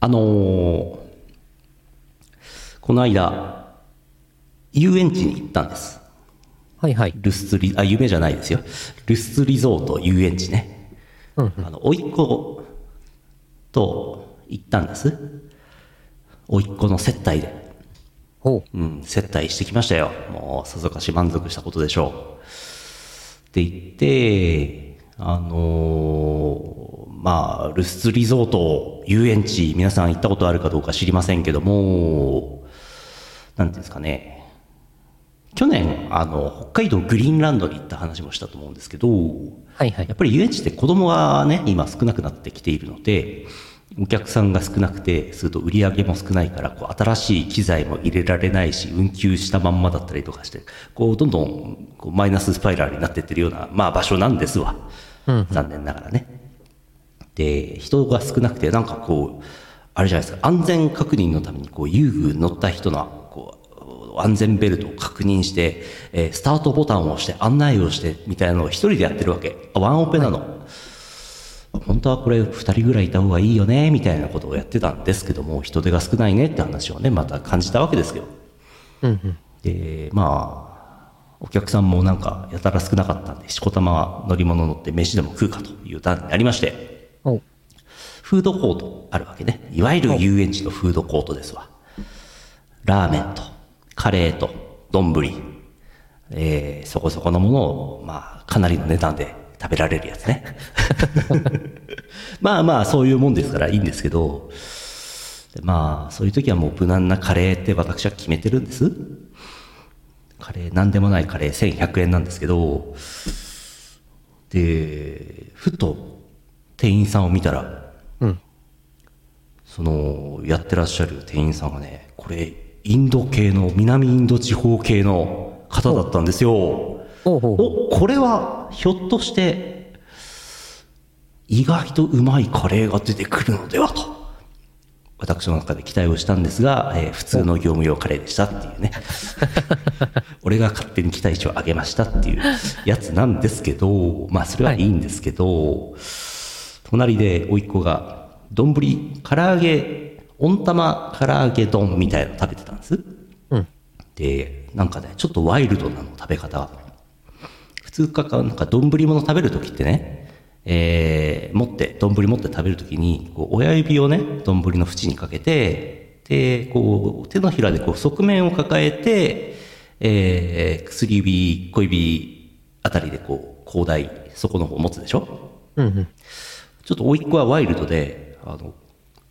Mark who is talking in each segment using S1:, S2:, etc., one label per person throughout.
S1: あのーこの間、遊園地に行ったんです。
S2: はいはい。
S1: ルスツリ、あ、夢じゃないですよ。ルスツリゾート遊園地ね。
S2: うん。
S1: あの、甥っ子と行ったんです。甥っ子の接待で。
S2: ほ
S1: うん、接待してきましたよ。もう、さぞかし満足したことでしょう。って言って、あのーまあ、ルスツリゾート、遊園地、皆さん行ったことあるかどうか知りませんけども、なんていうんですかね。去年、あの、北海道グリーンランドに行った話もしたと思うんですけど、
S2: う。はいは
S1: やっ
S2: い。
S1: ぱり遊園地って子供がね、今少なくなってきているので、お客さんが少なくて、すると売り上げも少ないから、こう新しい機材も入れられないし、運休したまんまだったりとかして、こうどんどんこうマイナススパイラルになってってるような、まあ場所なんですわ。残念ながらね。で、人が少なくて、なんかこう、あれじゃないですか、安全確認のために、こう遊具乗った人の、こう、安全ベルトを確認して、えースタートボタンを押して案内をしてみたいなのを一人でやってるわけ。あワンオペなの。本当はこれ2人ぐらいいた方がいいよねみたいなことをやってたんですけども人手が少ないねって話をねまた感じたわけですよ
S2: うんうん。
S1: でまあお客さんもなんかやたら少なかったんでしこたま乗り物乗って飯でも食うかという段になりまして
S2: ほう。
S1: フードコートあるわけねいわゆる遊園地のフードコートですわラーメンとカレーと丼、えー、そこそこのものを、まあ、かなりの値段で食べられるやつねまあまあそういうもんですからいいんですけどでまあそういう時はもう無難なカレーって私は決めてるんですカレー何でもないカレー1100円なんですけどでふと店員さんを見たら
S2: うん。
S1: そのやってらっしゃる店員さんがねこれインド系の南インド地方系の方だったんですよお
S2: ほうほうほう。
S1: これはひょっとして意外とうまいカレーが出てくるのではと私の中で期待をしたんですが、えー普通の業務用カレーでしたって いうね俺が勝手に期待値を上げましたっていうやつなんですけどまあそれはいいんですけど、隣で甥っ子が丼唐揚げ温玉唐揚げ丼みたいなの食べてたんです
S2: うん。
S1: でなんかねちょっとワイルドなの食べ方普通かかなんか丼物食べる時ってねえー持って丼持って食べる時にこう親指をね丼の縁にかけてでこう手のひらでこう側面を抱えて、えー薬指小指あたりでこう高台そこの方を持つでしょ
S2: うんうん。
S1: ちょっと甥っ子はワイルドで、あの、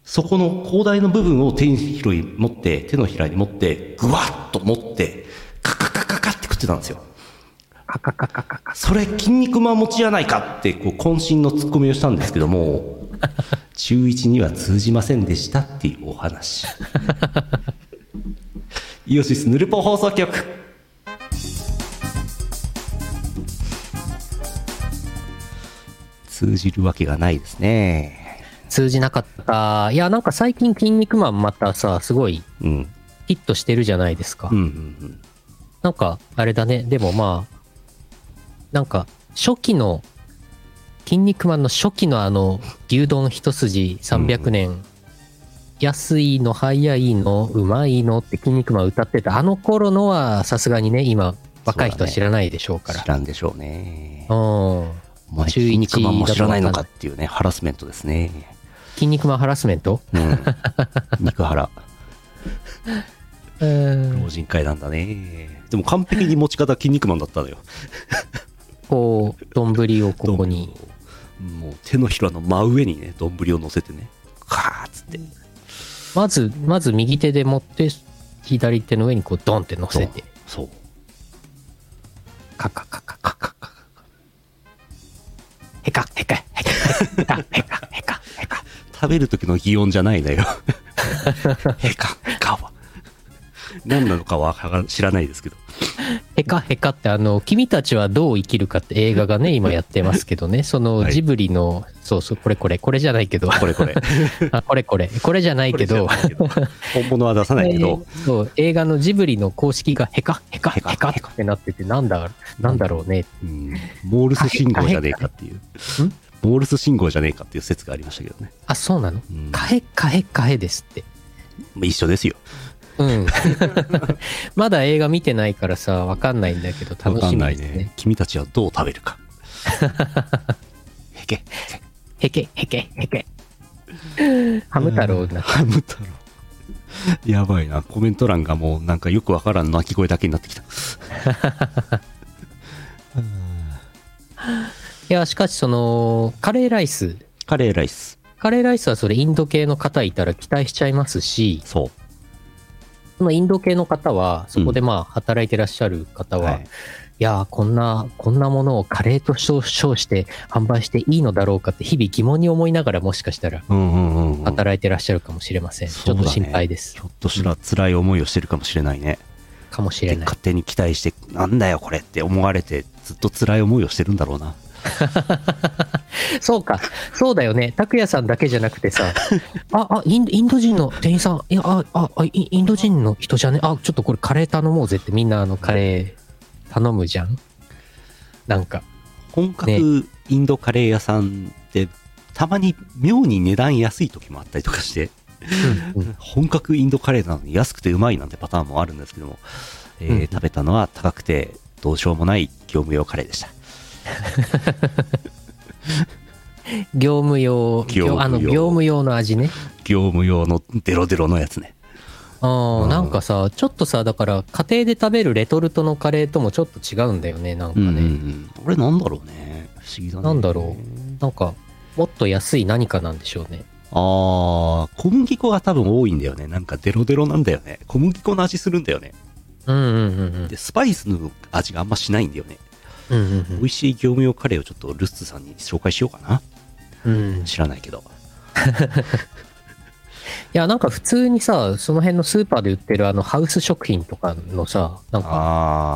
S1: そこの広大の部分を手に広い持って、手のひらに持って、ぐわっと持って、カカカカカって食ってたんですよ。
S2: カカカカカカ。
S1: それ筋肉マン持ちじゃないかって、こう、渾身のツッコミをしたんですけども、中1には通じませんでしたっていうお話。イオシスヌルポ放送局。通じるわけがないですね。
S2: 通じなかった。いや、なんか最近、筋肉マンまたさ、すごい
S1: うん。
S2: ヒットしてるじゃないですか。
S1: うんうん
S2: なんか、あれだね。でもまあ、なんか、初期の、筋肉マンの初期のあの、牛丼一筋300年、安いの、早いの、うまいのって筋肉マン歌ってた。あの頃のは、さすがにね、今、若い人は知らないでしょう
S1: う
S2: か
S1: ん。
S2: ら。
S1: 知らんでしょうね。
S2: うん。
S1: お前、
S2: 中
S1: 筋
S2: 一
S1: 肉マンも知らないのか
S2: だ
S1: っ
S2: と
S1: ていうね、ハラスメントですね。
S2: 筋肉マンハラスメント
S1: うん。肉腹、
S2: うーん。
S1: 老人会なんだね。でも完璧に持ち方、筋肉マンだったのよ。
S2: こう、丼をここに。
S1: 丼を。もう手のひらの真上にね、丼を乗せてね、カーッつって、
S2: まず、まず右手で持って、左手の上にこう、ドンって乗せて、
S1: そう。
S2: カカカカカカカ。ヘカヘカヘカヘカヘカヘカヘカ。
S1: 食べる時の擬音じゃないのよ。へか、へかは。何なのかは知らないですけど。
S2: ヘカヘカってあの、君たちはどう生きるかって映画が ね、今やってますけどね、その
S1: はい
S2: ジブリの、そうそう、これこれ、これじゃないけど、
S1: これこれ。
S2: あこれこれ、これじゃないけど、
S1: これじゃないけど本物は出さないけど。
S2: えー そう映画のジブリの公式がヘカヘカヘ
S1: ヘカ
S2: カってなっててなんだなんだろうね
S1: うんモールス信号じゃねえかっていう。モールス信号じゃねえかっていう説がありましたけどね、
S2: あ、そうなの
S1: うん
S2: カヘカヘカヘですって。
S1: まあ、一緒ですよ
S2: うん。まだ映画見てないからさ、わかんないんだけど、
S1: わ
S2: 楽
S1: か
S2: し
S1: ん
S2: み
S1: ない
S2: です
S1: ね
S2: ね。
S1: 君たちはどう食べるかへけ
S2: へけへけへけ。ハム太郎だ。
S1: ハム太郎やばいなコメント欄がもうなんかよくわからん鳴き声だけになってきたうん
S2: いや、しかし、その、カレーライス。
S1: カレーライス
S2: カレーライスはそれインド系の方いたら期待しちゃいますし、
S1: そう
S2: そのインド系の方は、そこでまあ働いてらっしゃる方は、
S1: はい
S2: い、やー、こんな、こんなものをカレーと称称して販売していいのだろうかって日々疑問に思いながらもしかしたら
S1: うんうんうんうん、
S2: 働いてらっしゃるかもしれません。ち
S1: そ
S2: ょ
S1: う
S2: っ
S1: だね
S2: と心配です
S1: ひ。ょっとしたら辛い思いをしてるかもしれないね
S2: かもしれ
S1: で
S2: ない。
S1: 勝手に期待してなんだよこれって思われてずっと辛い思いをしてるんだろうな
S2: そうか、そうだよね。拓也さんだけじゃなく てさ、あ、あ、インインド人の店員さん、いや、あ、あ、あインインド人の人じゃね、あ、ちょっとこれカレー頼もうぜってみんなあのカレー頼むじゃんなんか、
S1: 本格インドカレー屋さんってたまに妙に値段安い時もあったりとかして
S2: うん うん
S1: 本格インドカレーなのに安くてうまいなんてパターンもあるんですけども、えー
S2: うん
S1: 食べたのは高くてどうしようもない業務用カレーでした
S2: 業務用、
S1: 業務用
S2: あの業務用の味ね。
S1: 業務用のデロデロのやつね
S2: あ
S1: う
S2: あ、
S1: ん
S2: なんかさ、ちょっとさ、だから家庭で食べるレトルトのカレーともちょっと違うんだよね、なんか
S1: う
S2: ね。
S1: んうんうんあれなんだろうね不思議だね
S2: なんだろなんか、もっと安い何かなんでしょうね。
S1: あー小麦粉が多分多いんだよねなんかデロデロなんだよね小麦粉の味するんだよね
S2: うんうんうんうん
S1: でスパイスの味があんましないんだよね
S2: うんうん
S1: 美味しい業務用カレーをちょっとルッツさんに紹介しようかな
S2: うん。うん
S1: 知らないけど
S2: いや、なんか普通にさ、その辺のスーパーで売ってるあのハウス食品とかのさ、なんか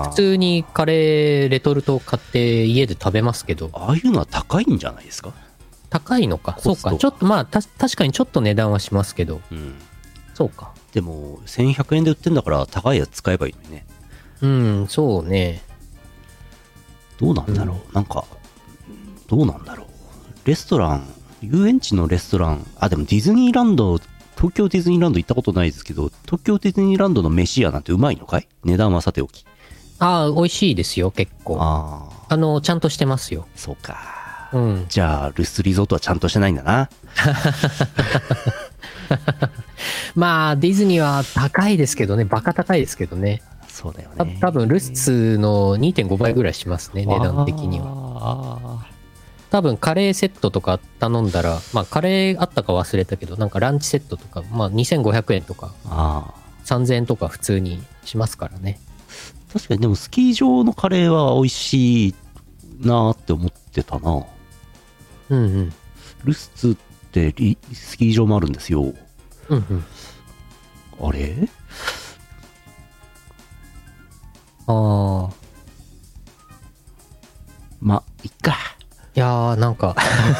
S1: あー
S2: 普通にカレー、レトルトを買って家で食べますけど、
S1: ああいうのは高いんじゃないですか
S2: 高いのか。そ
S1: コ
S2: う
S1: スト
S2: か。ちょっとまあた、確かにちょっと値段はしますけど、
S1: うん
S2: そうか。
S1: でも1100円で売ってんだから高いやつ使えばいいのにね
S2: うん、そうね。
S1: どうなんだろう、なんかどうなんだろうレストラン遊園地のレストランあでもディズニーランド東京ディズニーランド行ったことないですけど東京ディズニーランドの飯屋なんてうまいのかい値段はさておき
S2: ああ、美味しいですよ、結構。あ
S1: ああ
S2: の、ちゃんとしてますよ。
S1: そうか
S2: うん。
S1: じゃあルスリゾートはちゃんとしてないんだな
S2: まあ、ディズニーは高いですけどね、バカ高いですけどね。
S1: そうだよ
S2: た
S1: ね
S2: 多分ルッツの2.5倍ぐらいしますね、値段的には。
S1: は
S2: 多分カレーセットとか頼んだら、まあカレーあったか忘れたけど、なんかランチセットとか、まあ2500円とか
S1: ああ
S2: 3000円とか普通にしますからね。
S1: 確かにでもスキー場のカレーは美味しいなーって思ってたな
S2: うんうん。
S1: ルスツってリスキー場もあるんですよ
S2: うんうん。
S1: あれ
S2: ああ。
S1: まあいっか
S2: いやーなんか、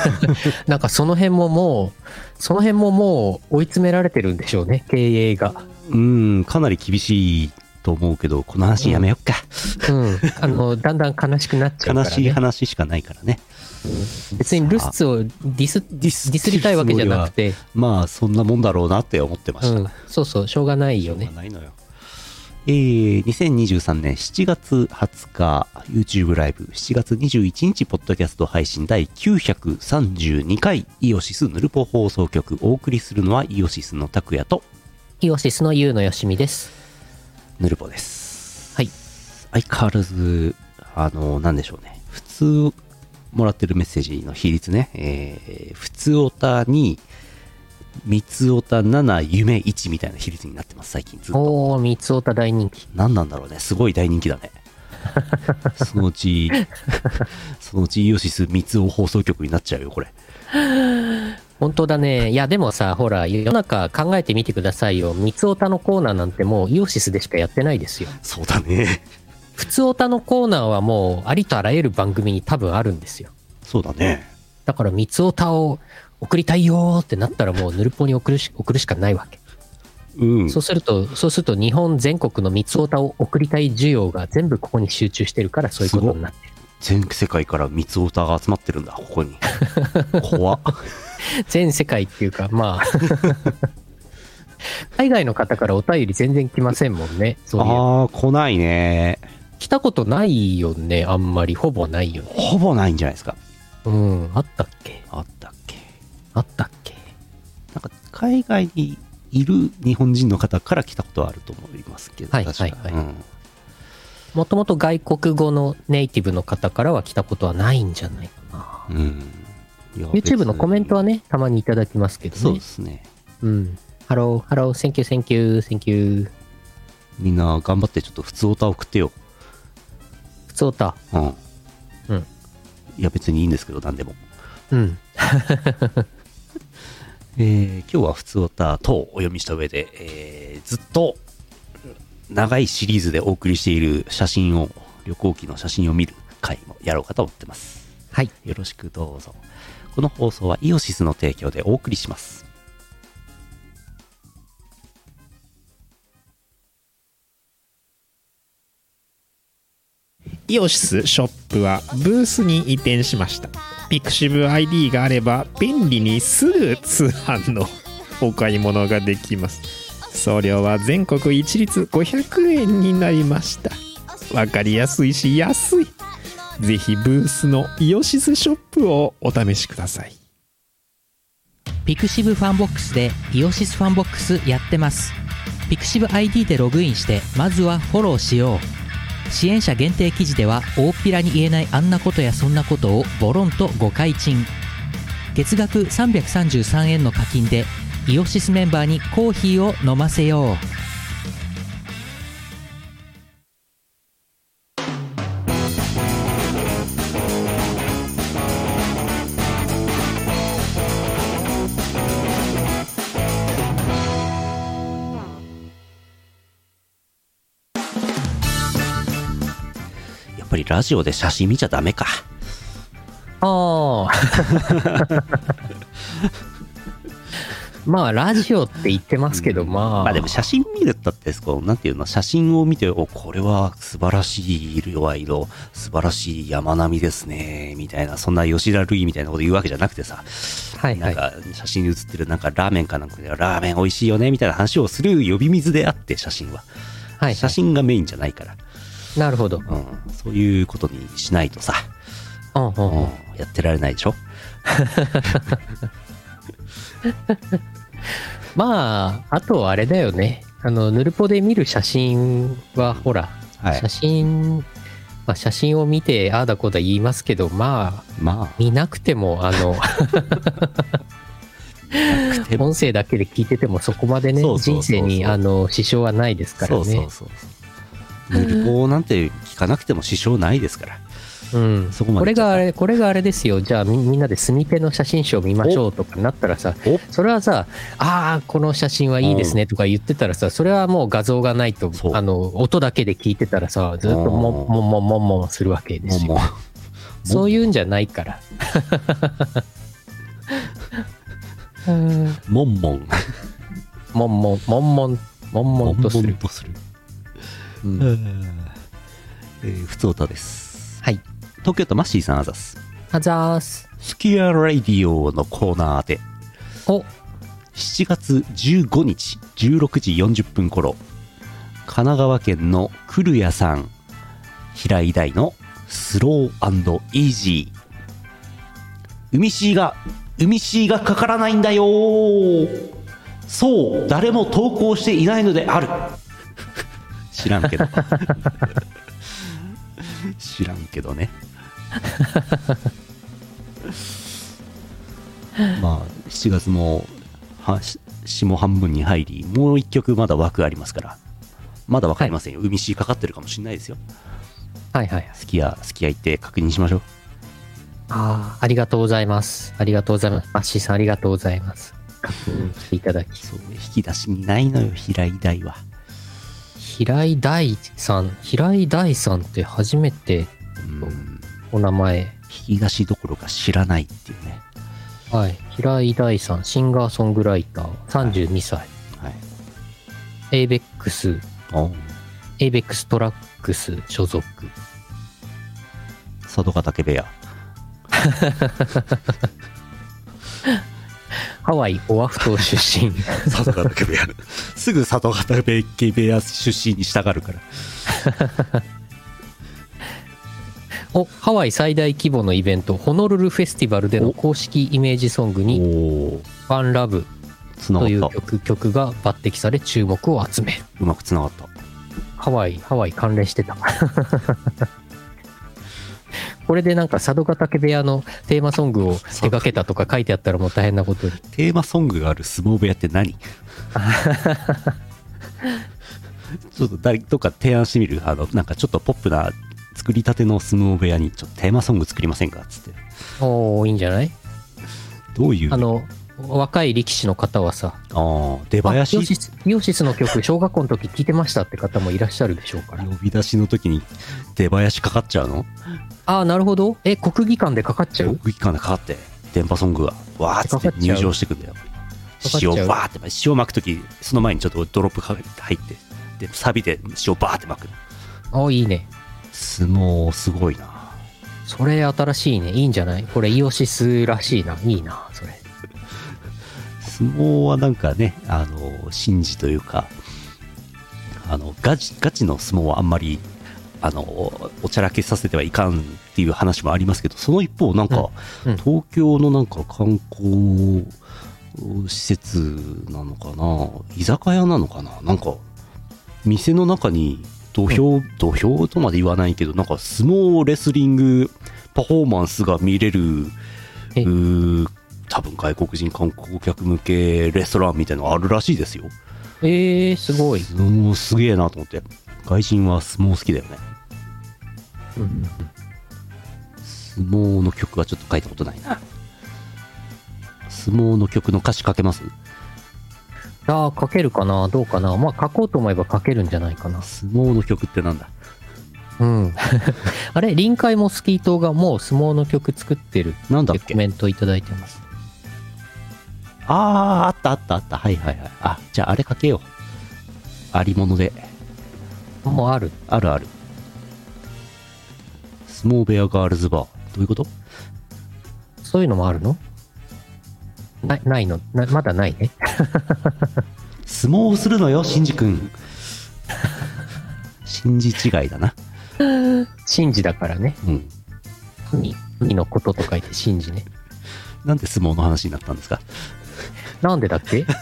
S2: なんかその辺ももう、その辺ももう追い詰められてるんでしょうね、経営が。
S1: うんかなり厳しいと思うけどこの話やめよっか、
S2: うん。あの、だんだん悲しくなっちゃうから、
S1: 悲
S2: ね。
S1: しい話しかないからね
S2: 別にルッツをディス、ディス、ディスりたいわけじゃなくて、
S1: まあそんなもんだろうなって思ってま
S2: う
S1: した、
S2: ん。そうそう、しょうがないよ
S1: しょ
S2: ね
S1: う。がないのよえー、2023年7月20日 YouTube ライブ7月21日ポッドキャスト配信第932回イオシスヌルポ放送局お送りするのはイオシスの拓也と
S2: イオシスのユウのよしみです。
S1: ヌルポです
S2: はい
S1: 相変わらずあのなんでしょうね普通もらってるメッセージの比率ね、えー、普通オタに三つオタ7夢1みたいな比率になってます最近ずっと
S2: おー、三つおた大人気。
S1: 何なんだろうねすごい大人気だ ねそのうち そのうちイオシス三つ男放送局になっちゃうよこれ
S2: 本当だね。いや、でもさ、ほら、世の中考えてみてくださいよ。三つおたのコーナーなんてもうイオシスでしかやってないですよ。
S1: そうだね
S2: 普通おたのコーナーはもうありとあらゆる番組に多分あるんですよ。
S1: そうだね
S2: だから三つおたを送りたいよーってなったらもうヌルポに送るし送るしかないわけ。
S1: うん
S2: そうすると、そうすると日本全国の三つおたを送りたい需要が全部ここに集中してるからそういうことになってる。
S1: 全世界から三つオタが集まってるんだここに怖っ
S2: 全世界っていうか、まあ。 海外の方からお便り全然来ませんもんね。 そういう。
S1: ああ来ないね
S2: 来たことないよね、あんまり。ほぼないよね。
S1: ほぼないんじゃないですか
S2: うん。あったっけ
S1: あったっけ
S2: あったっけ
S1: なんか海外にいる日本人の方から来たことはあると思いますけど
S2: はい
S1: 確か
S2: はいはい
S1: うん
S2: もともと外国語のネイティブの方からは来たことはないんじゃないかな。
S1: うんいや
S2: YouTube のコメントは
S1: 別
S2: ね、たまにいただきますけど
S1: に
S2: ね。
S1: そうですね
S2: うん。ハロー、ハロー、センキュー、センキュー、センキュー。
S1: みんな頑張ってちょっと普通オタ送ってよ
S2: 普通歌。
S1: うん
S2: うん
S1: いや別にいいんですけど何でも
S2: うん。
S1: えー今日は普通オタ等をお読みした上で、えーずっと長いシリーズでお送りしている写真を旅行記の写真を見る回もやろうかと思ってます
S2: はい。
S1: よろしくどうぞこの放送はイオシスの提供でお送りします
S3: イオシスショップはブースに移転しましたピクシブ ID があれば便利にすぐ通販のお買い物ができます送料は全国一律500円になりましたわかりやすいし安いぜひブースのイオシスショップをお試しください
S4: ピクシブファンボックスでイオシスファンボックスやってますピクシブ ID でログインしてまずはフォローしよう支援者限定記事では大っぴらに言えないあんなことやそんなことをボロンと誤解賃月額333円の課金でイオシスメンバーにコーヒーを飲ませよう
S1: やっぱりラジオで写真見ちゃダメか
S2: ああ。 まあ、ラジオって言ってますけど、まあ。
S1: まあでも写真見るったってこうなんていうの写真を見ておこれは素晴らしい色合いの素晴らしい山並みですねみたいなそんな吉田類みたいなこと言うわけじゃなくてさ
S2: はい
S1: な
S2: は
S1: ん
S2: い。
S1: か写真に写ってるなんかラーメンかなんかでラーメン美味しいよねみたいな話をする呼び水であって写真は、
S2: はい、
S1: 写真がメインじゃないから、
S2: なるほど。
S1: うん、そういうことにしないとさ、
S2: うんうんうん
S1: うんやってられないでしょ
S2: まあ、あとあれだよね。あの、ヌルポで見る写真は、ほら、
S1: はい
S2: 写真、まあ、写真を見て、ああだこうだ言いますけど、まあ、
S1: まあ
S2: 見なくても、あ の、
S1: くても
S2: 音声だけで聞いてても、そこまでね
S1: そう、そうそう
S2: 人
S1: そう
S2: 生に、あの、支障はないですから
S1: そうそ
S2: ね
S1: う。そうそうルポなんて聞かなくても支障ないですから
S2: うん。
S1: そこまで
S2: これがあれ、これがあれですよ。じゃあ、みみんなで住み手の写真集を見ましょうとかなったらさ、
S1: お
S2: それはさ、ああ、この写真はいいですねとか言ってたらさ、それはもう画像がないと
S1: そ、う
S2: あの、音だけで聞いてたらさ、ずっとも
S1: うん
S2: んもんもんもんもんするわけで
S1: もう
S2: す
S1: も
S2: よ。
S1: う
S2: そういうんじゃないから。うん
S1: もんもん
S2: もんもん、もんもん、もんもんとする。
S1: とする
S2: うん
S1: えー、普通歌です
S2: はい。
S1: 東京都マッシーさんあざす
S2: あざーす。
S1: スキアラディオのコーナーで
S2: お、
S1: 7月15日16時40分頃神奈川県の古谷さん平井大のスローイージー海シーが海シーがかからないんだよーそう誰も投稿していないのであ る知らん けど知らんけ どねまあ7月もはし下半分に入りもう一曲まだ枠ありますからまだ分かりませんよ、海シーかかってるかもしれないですよ
S2: はいはいはい。
S1: 好きや好きや行って確認しましょう
S2: ああ、ありがとうございます。ありがとうございます。マッシーさん、ありがとうございます。確認していただき。
S1: そう引き出しにないのよ平井大は
S2: 平井大さん、平井大さんって初めて
S1: うん
S2: お名前。
S1: 引き出しどころか知らないっていうね、
S2: はい。平井大さん、シンガーソングライター、32歳。
S1: はい、
S2: エイベックス、
S1: お
S2: エイベックストラックス所属。
S1: 佐渡ヶ嶽部屋
S2: ハワイオアフ島出身
S1: 佐渡ヶ嶽部屋 すぐ佐渡ヶ嶽部屋出身に従うから
S2: おハワイ最大規模のイベントホノルルフェスティバルでの公式イメージソング
S1: お
S2: に
S1: お
S2: 「ファンラブ
S1: つな
S2: とい
S1: がっ
S2: う
S1: た
S2: 曲曲が抜擢され注目を集める
S1: うまくつながった
S2: ハワイハワイ関連してた これでなんか佐渡ヶ嶽部屋のテーマソングを手掛けたとか書いてあったらもう大変なことに
S1: テーマソングがある相撲部屋って 何ちょっと誰とか提案してみるあのなんかちょっとポップな作りたての相撲部屋にちょっとテーマソング作りませんかっつって
S2: おおいいんじゃない
S1: どういう
S2: あの若い力士の方はさ
S1: あー出
S2: あ
S1: 囃
S2: イオ
S1: 子
S2: シスイオシスの曲小学校の時聞いてましたって方もいらっしゃるでしょうから
S1: 呼び出しの時に出囃子かかっちゃうの
S2: ああなるほどえ国技館でかかっちゃう
S1: 国技館でかかって電波ソングがわーっつって入場してくんだよ
S2: かかっちゃ
S1: 塩
S2: う
S1: バーって塩まく時その前にちょっとドロップか入ってでサビで塩バーってまく
S2: ああいいね
S1: 相撲すごいな
S2: それ新しいねいいんじゃないこれイオシスらしいないいなそれ
S1: 相撲はなんかね、あの、神事というか、あの、ガチ、ガチの相撲はあんまり、あの、おおちゃらけさせてはいかんっていう話もありますけど、その一方、なんか、
S2: うんうん
S1: 東京のなんか観光施設なのかな、居酒屋なのかな、なんか、店の中に土俵、土俵とまで言わないけど、なんか相撲レスリングパフォーマンスが見れる、
S2: え
S1: うー多分外国人観光客向けレストランみたいなのあるらしいですよ。
S2: えー、すごい、
S1: 相撲すげえなと思って。外人は相撲好きだよね。
S2: うん
S1: 相撲の曲はちょっと書いたことないな。相撲の曲の歌詞書けます
S2: ああ書けるかなどうかなまあ書こうと思えば書けるんじゃないかな
S1: 相撲の曲ってなんだ
S2: うん あれ臨海モスキー島がもう相撲の曲作ってる
S1: なんだ
S2: っ
S1: って
S2: コ
S1: け
S2: メントいただいてます
S1: あー、あったあったあった。はいはいはい。あ、じゃああれ書けよう。ありもので。
S2: もうある
S1: あるある。相撲部屋ガールズバー。どういうこと
S2: そういうのもあるのないないのなまだないね
S1: 相撲をするのよ、シンジ君。 シンジ違いだな。
S2: 神事だからね
S1: うん。
S2: 神神のことと書いて神事ね
S1: なんで相撲の話になったんですか
S2: なんでだっ け佐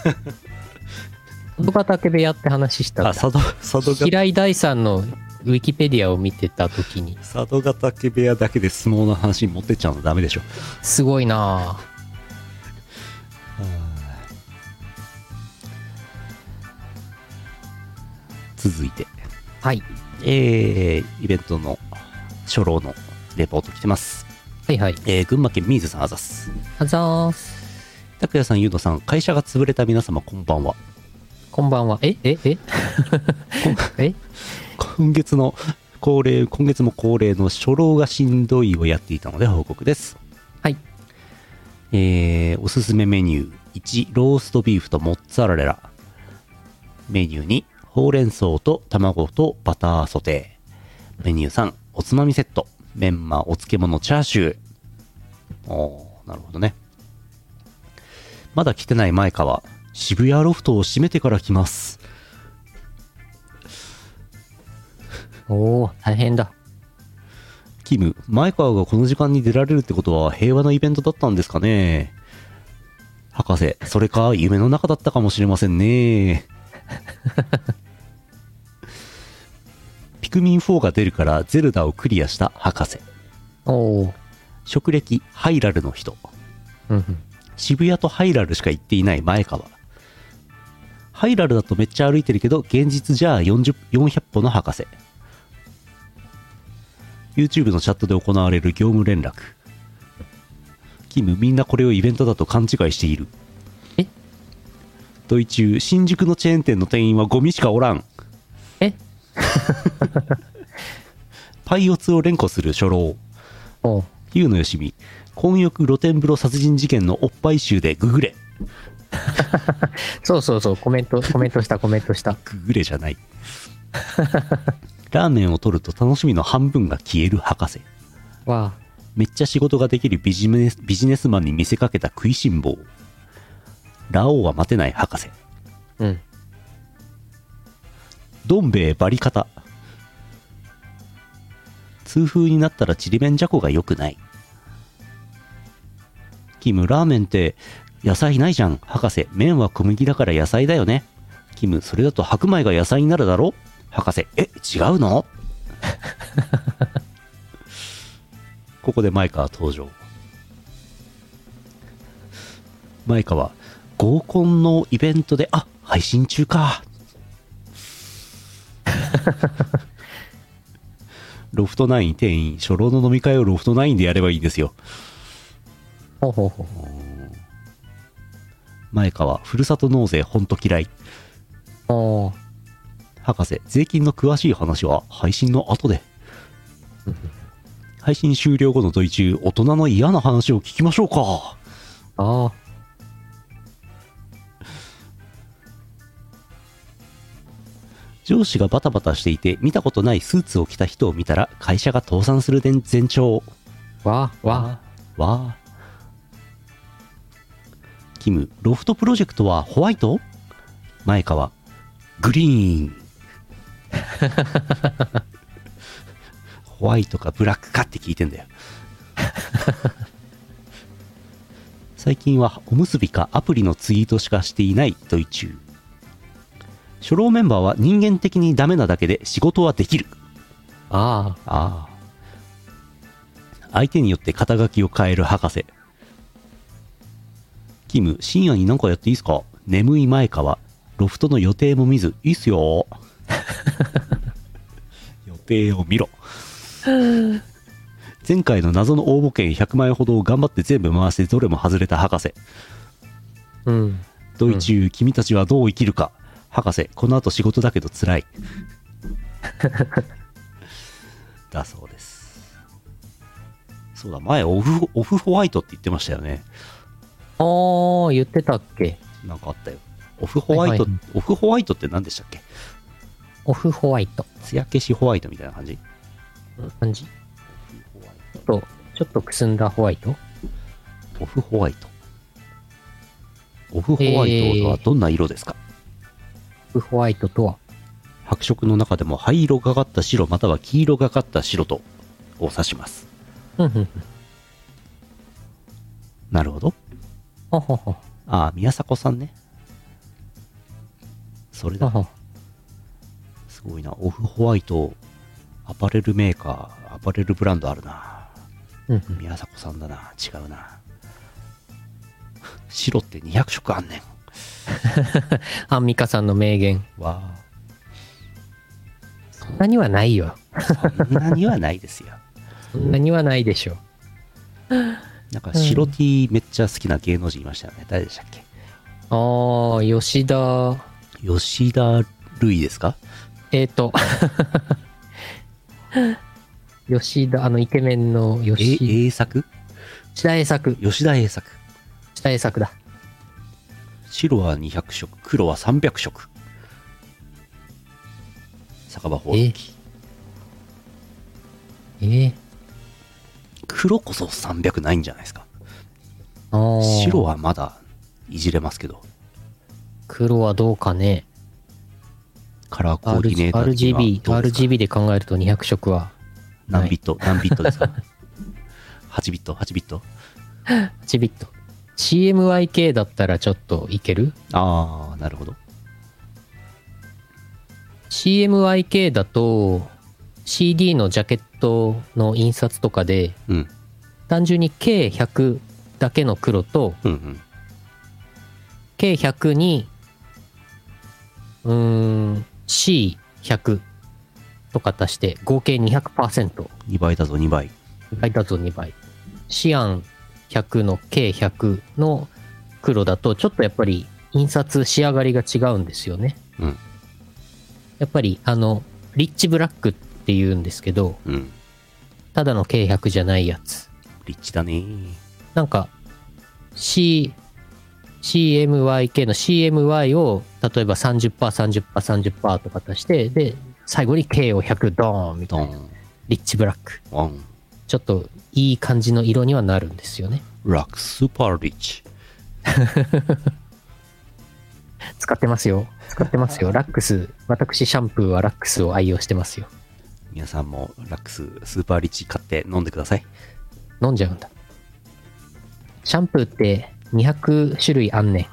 S2: 渡ヶ嶽部屋って話した
S1: あ、
S2: んだ
S1: 佐渡、佐渡が、
S2: 平井大さんのウィキペディアを見てた時に
S1: 佐渡ヶ嶽部屋だけで相撲の話に持ってっちゃうのダメでしょ。
S2: すごいなぁ
S1: 続いて、
S2: はい
S1: えー、イベントの初老のレポート来てます。
S2: はいはい
S1: えー、群馬県水さんあざっす。
S2: あざーす
S1: 拓也さん、ゆうのさん、会社が潰れた皆様、こんばんは。
S2: こんばんはえええ え
S1: 今月の恒例今月も恒例の初老がしんどいをやっていたので報告です
S2: はい
S1: えーおすすめメニュー1ローストビーフとモッツァレラメニュー2ほうれん草と卵とバターソテーメニュー3おつまみセットメンマお漬物チャーシューおーなるほどねまだ来てない前かは渋谷ロフトを閉めてから来ます
S2: おー大変だ
S1: キム、前川がこの時間に出られるってことは平和なイベントだったんですかね博士、それか夢の中だったかもしれませんね。ピクミン4が出るからゼルダをクリアした博士。
S2: おー
S1: 職歴、ハイラルの人。
S2: うんうん
S1: 渋谷とハイラルしか行っていない前川。ハイラルだとめっちゃ歩いてるけど、現実じゃ40 400歩の博士。YouTube のチャットで行われる業務連絡。キム、みんなこれをイベントだと勘違いしている。
S2: え
S1: ドイ中、新宿のチェーン店の店員はゴミしかおらん。
S2: え
S1: パイオツを連呼する初老。
S2: おう
S1: ゆうのよしみ、混浴露天風呂殺人事件のおっぱい集でググれ。
S2: そうそうそうコメ ントコメントしたコメントした
S1: ググレじゃないラーメンを取ると楽しみの半分が消える博士
S2: わ
S1: めっちゃ仕事ができるビジネスビジネスマンに見せかけた食いしん坊ラオウは待てない博士
S2: あうん
S1: どん兵衛バリ方痛風になったらちりめんじゃこが良くないキムラーメンって野菜ないじゃん博士麺は小麦だから野菜だよねキムそれだと白米が野菜になるだろ博士え違うの ここでマイカは登場マイカは合コンのイベントであ配信中かロフトナイン店員、初老の飲み会をロフトナインでやればいいんですよ。
S2: ほうほうほう
S1: 前川、ふるさと納税ほんと嫌い。
S2: おー
S1: 博士、税金の詳しい話は配信の後で。 配信終了後の問い中、大人の嫌な話を聞きましょうか。
S2: ああ
S1: 上司がバタバタしていて、見たことないスーツを着た人を見たら、会社が倒産する前前兆。
S2: わあわ
S1: わあキムロフトプロジェクトはホワイト前川グリーンホワイトかブラックかって聞いてんだよ最近はおむすびかアプリのツイートしかしていないドイチュー初老メンバーは人間的にダメなだけで仕事はできる
S2: ああ
S1: ああ相手によって肩書きを変える博士キム深夜に何かやっていいですか眠い前川ロフトの予定も見ずいいっすよ予定を見ろ前回の謎の応募券100枚ほどを頑張って全部回してどれも外れた博士
S2: あうん
S1: ドイツ、君たちはどう生きるか博士この後仕事だけど辛 いだそうですそうだ前オフオフホワイトって言ってましたよね
S2: ああ言ってたっけ
S1: なんかあったよオフホワイト、
S2: はいはい
S1: オフホワイトって何でしたっけ
S2: オフホワイト
S1: 艶消しホワイトみたいな感じ
S2: 感じちょっとちょっとくすんだホワイト
S1: オフホワイトオフホワイトはどんな色ですか、
S2: オフホワイトとは
S1: 白色の中でも灰色がかった白または黄色がかった白とを指します
S2: うんうんうん
S1: なるほど
S2: ほほほ
S1: ああ、宮迫さんね。それ
S2: ほ
S1: だ。
S2: ほ
S1: すごいな。オフホワイト、アパレルメーカー、アパレルブランドあるな。
S2: うんうん
S1: 宮迫さんだな。違うな。 白って200色あんねん。
S2: アンミカさんの名言
S1: わ
S2: そんなにはないよ
S1: あ。そんなにはないですよ。
S2: そんなにはないでしょ
S1: なんか白 T めっちゃ好きな芸能人いましたよね。誰でしたっけ
S2: ああ吉田
S1: 吉田類ですか
S2: えっ、と 吉田あのイケメンの
S1: え
S2: 吉
S1: 栄作
S2: 吉田栄作
S1: 吉田栄作。
S2: 吉田栄作だ
S1: 白は200色、黒は300色。酒場放
S2: え
S1: 棄
S2: ー。えー、
S1: 黒こそ300ないんじゃないですか
S2: あー
S1: 白はまだいじれますけど
S2: 黒はどうかね
S1: カラーコーディネ
S2: RG
S1: ーターっていうのは
S2: RGB
S1: どうですか
S2: RGB で考えると200色は
S1: 何ビット何ビットですか 8ビット8ビット
S2: 8ビット CMYK だったらちょっといける
S1: ああなるほど
S2: CMYK だと CD のジャケットの印刷とかで
S1: うん
S2: 単純に K100 だけの黒と
S1: うんうん
S2: K100 にうーん C100 とか足して合計200%
S1: 2倍だぞ2倍
S2: 倍だと2倍シアン100の K100 の黒だとちょっとやっぱり印刷仕上がりが違うんですよね
S1: うん
S2: やっぱりあのリッチブラックっていうんですけど
S1: うん
S2: ただの K100 じゃないやつ
S1: リッチだねー
S2: なんか C CMYK の CMY を例えば 30%30%30% とか足してで最後に K を100ドーンみた
S1: ド
S2: いな
S1: ン
S2: リッチブラック
S1: ワン
S2: ちちょっといい感じの色にはなるんですよね。
S1: Rock Super Rich。
S2: 使ってますよ。使ってます よ。ラックス。私、シャンプーはラックスを愛用してますよ。
S1: 皆さんもラックススーパーリッチ買って飲んでください。
S2: 飲んじゃうんだ。シャンプーって200種類あんねん。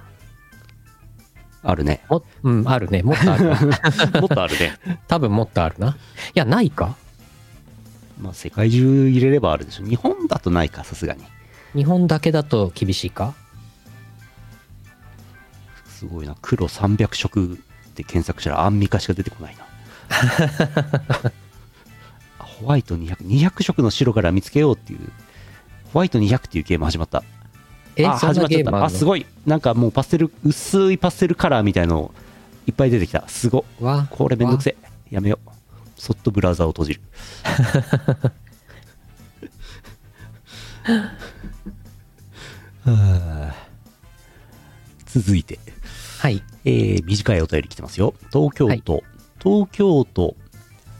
S1: ある ね。
S2: もうん、あるね。もっとあるな。
S1: もっとあるね。
S2: 多分もっとあるな。いや、ないか。
S1: まあ世界中入れればあるでしょ。日本だとないか、さすがに。
S2: 日本だけだと厳しいか。
S1: すごいな。黒300色って検索したらアンミカしか出てこ ないな。あホワイト200、200色の白から見つけようっていう。ホワイト200っていうゲーム始まった。
S2: え、
S1: あ、
S2: そん
S1: 始ま
S2: な
S1: っちゃっ
S2: ゲームあ
S1: た。あ、す
S2: ごい。
S1: ごい。なんかもうパステル、薄いパステルカラーみたいのいっぱい出てきた。すごっ。
S2: わ
S1: これめんどくせえ。やめよう。そっとブラウザーを閉じ る。 はあ続いて、
S2: はい。
S1: えー短いお便り来てますよ。東京都、東京都、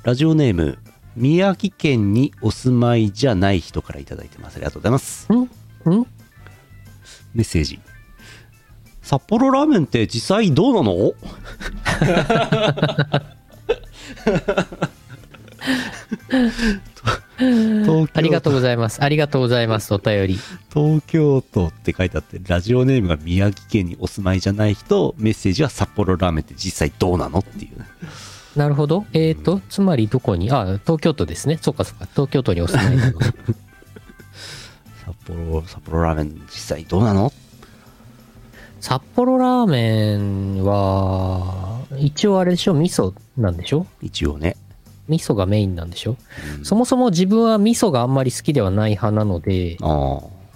S1: ラジオネーム、宮城県にお住まいじゃない人からいただいてます。ありがとうございます。
S2: んん
S1: メッセージ。札幌ラーメンって実際どうな の東京
S2: ありがとうございます。ありがとうございます。お便り。
S1: 東京都って書いてあってラジオネームが宮城県にお住まいじゃない人メッセージは札幌ラーメンって実際どうなのっていう
S2: なるほど。えっ、ー、と、つまりどこにあ、東京都ですね。そうかそうか。東京都にお住まいな の。
S1: 札幌札幌ラーメン実際どうなの
S2: 札幌ラーメンは、一応あれでしょ味噌なんでしょ
S1: 一応ね、
S2: 味噌がメインなんでしょ
S1: うん
S2: そもそも自分は味噌があんまり好きではない派なので、
S1: あ
S2: あ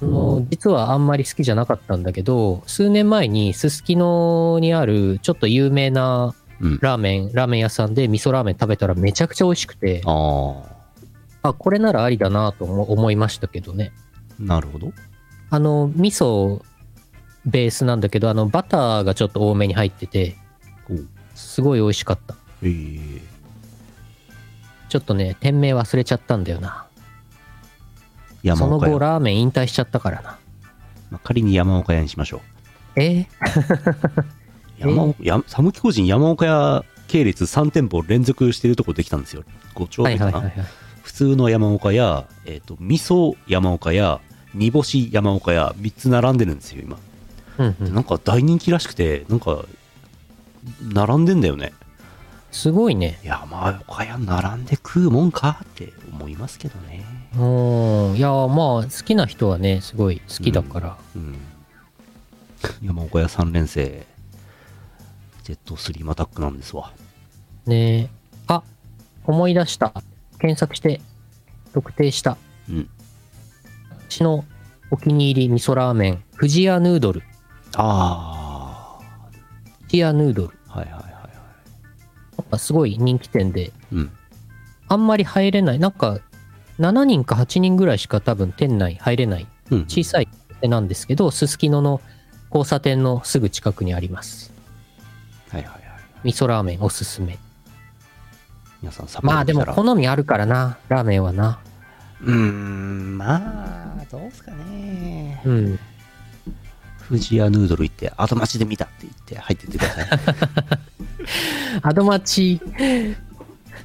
S2: の実はあんまり好きじゃなかったんだけど、数年前にすすきのにあるちょっと有名な
S1: あうん
S2: ラーメン、ラーメン屋さんで味噌ラーメン食べたらめちゃくちゃ美味しくて、
S1: あ
S2: あ、これならありだなと思思いましたけどね。
S1: あなるほど
S2: あの、味噌ベースなんだけど、あの、バターがちょっと多めに入ってて、
S1: おう
S2: すごい美味しかった。
S1: えー、
S2: ちょっとね、店名忘れちゃったんだよな。そ
S1: 山
S2: の
S1: 岡
S2: 後、
S1: 屋、
S2: ラーメン引退しちゃったからな。
S1: まあ、仮に山岡屋にしましょう
S2: ええ
S1: 山岡や寒木個人山岡屋系列3店舗連続してるとこできたんですよ5丁
S2: ー、は
S1: 目
S2: い
S1: かな、
S2: はいはいはい。
S1: 普通の山岡や、えー、と味噌山岡や煮干し山岡や3つ並んでるんですよ今
S2: うんう
S1: で
S2: ん、
S1: なんか大人気らしくてなんか並んでんだよね
S2: すごいね。
S1: 山岡屋並んで食うもんかって思いますけどね
S2: うん。いやー、まあ、好きな人はね、すごい好きだから。
S1: うん山岡屋3連戦ジェットスリームアタックなんですわ
S2: ねえ。あ、思い出した。検索して、特定した。
S1: うん
S2: 私のお気に入り味噌ラーメン、フジヤヌードル。フ
S1: あ
S2: ジヤヌードル。
S1: あはいはいはいは
S2: やっぱすごい人気店で、
S1: いうん
S2: あんまり入れない。なんか、7人か8人ぐらいしか多分店内入れない
S1: うんうん
S2: 小さい店なんですけど、すすきのの交差点のすぐ近くにあります。
S1: はいはいはい
S2: 味噌ラーメンおすすめ。
S1: 皆さんサ
S2: まあでも
S1: この
S2: 好みあるからな、ラーメンはな。
S1: うーんまあどうすかね
S2: うん。
S1: 富士屋ヌードル行って後待ちで見たって言って入ってってくだ さい
S2: アドマチ、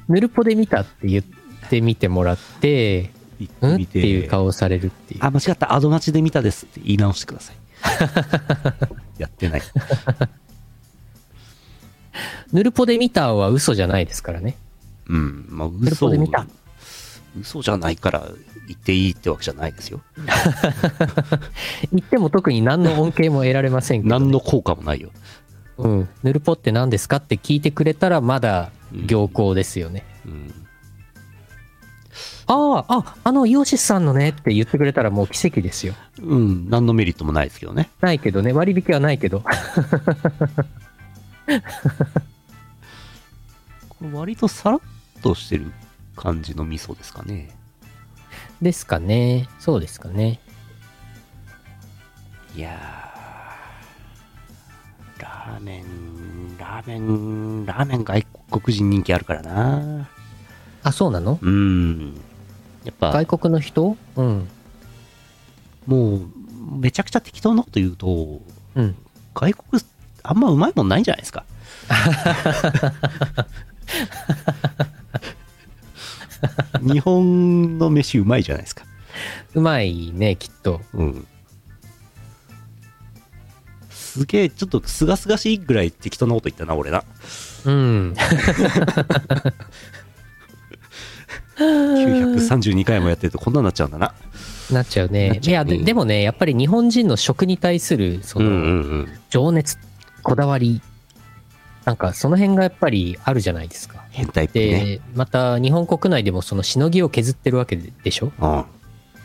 S2: ヌルポで見たって言ってみてもらって、
S1: 行っ
S2: うん
S1: て
S2: って
S1: みて
S2: いう顔されるっていう。
S1: あ間違った後待ちで見たですって言い直してく ださいやってない
S2: ヌルポで見たは嘘じゃないですからね。
S1: うんまあ
S2: ル
S1: 嘘
S2: ポで見た
S1: 嘘じゃないから言っていいってわけじゃないですよ
S2: 言っても特に何の恩恵も得られませんけど、ね。
S1: 何の効果もないよ
S2: うん、ヌルポって何ですかって聞いてくれたらまだ行幸ですよね。
S1: うん
S2: ああ、あ、あのイオシスさんのねって言ってくれたらもう奇跡ですよ。
S1: うん何のメリットもないですけどね
S2: ないけどね、割引はないけど。
S1: これ割とさらっとしてる感じの味噌ですかね
S2: ですかね。そうですかね。
S1: いやーラーメンラーメンラーメン外国人人気あるからな
S2: あ、そうなの
S1: うんやっぱ
S2: 外国の人うん。
S1: もうめちゃくちゃ適当なこと言うと
S2: うん。
S1: 外国あんまうまいもんないんじゃないですか日本の飯うまいじゃないですか
S2: うまいね、きっと。
S1: うんすげえちょっとすがすがしいぐらい適当なこと言ったな俺な
S2: うん。
S1: 932回もやってるとこんなになっちゃうんだな
S2: なっちゃうね。
S1: なっ
S2: い
S1: ちゃ
S2: や、
S1: うね
S2: ででもね、やっぱり日本人の食に対する、その、
S1: うん
S2: 情熱、こだわり、なんかその辺がやっぱりあるじゃないですか。
S1: 変態っぽいね
S2: で、また日本国内でもそのしのぎを削ってるわけででしょ
S1: うん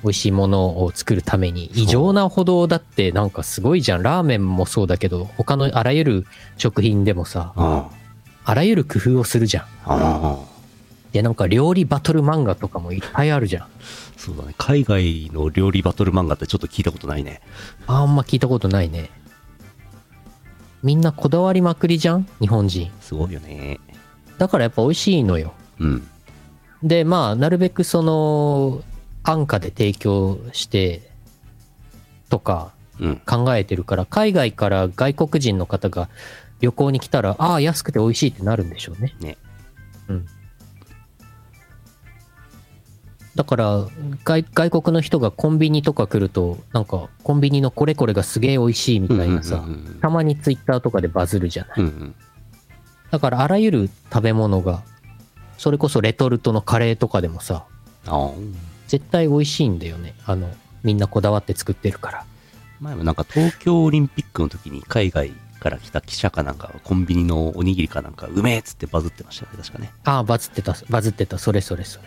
S2: 美味しいものを作るために異常なほどだってなんかすごいじゃんラーメンもそうだけど他のあらゆる食品でもさ
S1: うんうん
S2: あらゆる工夫をするじゃ
S1: う
S2: ん
S1: ん
S2: でなんか料理バトル漫画とかもいっぱいあるじゃん
S1: そうだね海外の料理バトル漫画ってちょっと聞いたことないね
S2: あんま聞いたことないねみんなこだわりまくりじゃん日本人
S1: すごいよね
S2: だからやっぱ美味しいのよ
S1: うん
S2: でまあなるべくその安価で提供してとか
S1: うん
S2: 考えてるから海外から外国人の方が旅行に来たらああ安くて美味しいってなるんでしょうね
S1: ね
S2: うんだから外外国の人がコンビニとか来るとなんかコンビニのこれこれがすげえ美味しいみたいなさ、
S1: うんうんうんうん
S2: たまにツイッターとかでバズるじゃない
S1: うんうん
S2: だからあらゆる食べ物がそれこそレトルトのカレーとかでもさ
S1: ああ
S2: 絶対美味しいんだよねあのみんなこだわって作ってるから
S1: 前もなんか東京オリンピックの時に海外から来た記者かなんかがコンビニのおにぎりかなんかうめえっつってバズってましたね確かね
S2: ああ、バズってた、バズってた、それそれそれ。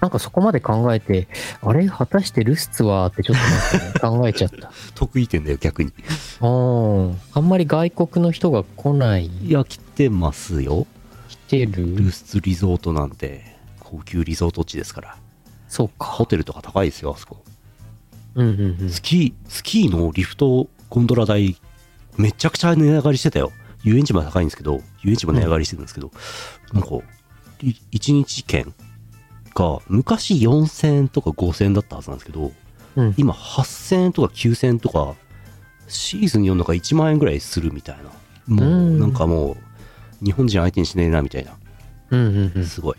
S2: なんかそこまで考えて、あれ果たしてルスツはってちょっとなん かね考えちゃった。
S1: 得意点だよ逆に
S2: うん。あんまり外国の人が来ない、
S1: いや来てますよ
S2: 来て
S1: ル
S2: る。
S1: スツリゾートなんて高級リゾート地ですから
S2: そう
S1: ホ
S2: か。
S1: テルとか高いですよあそこ
S2: うんうんうん。
S1: スキースキーのリフトゴンドラ代めちゃくちゃ値上がりしてたよ遊園地も高いんですけど遊園地も値上がりしてるんですけど、なんか1日券が昔4000円とか5000円だったはずなんですけど
S2: うん、
S1: 今8000円とか9000円とかシーズン4のか1万円ぐらいするみたいなもう
S2: う
S1: んなんかもう日本人相手にしねえなみたいな
S2: うんうんうん。
S1: すごい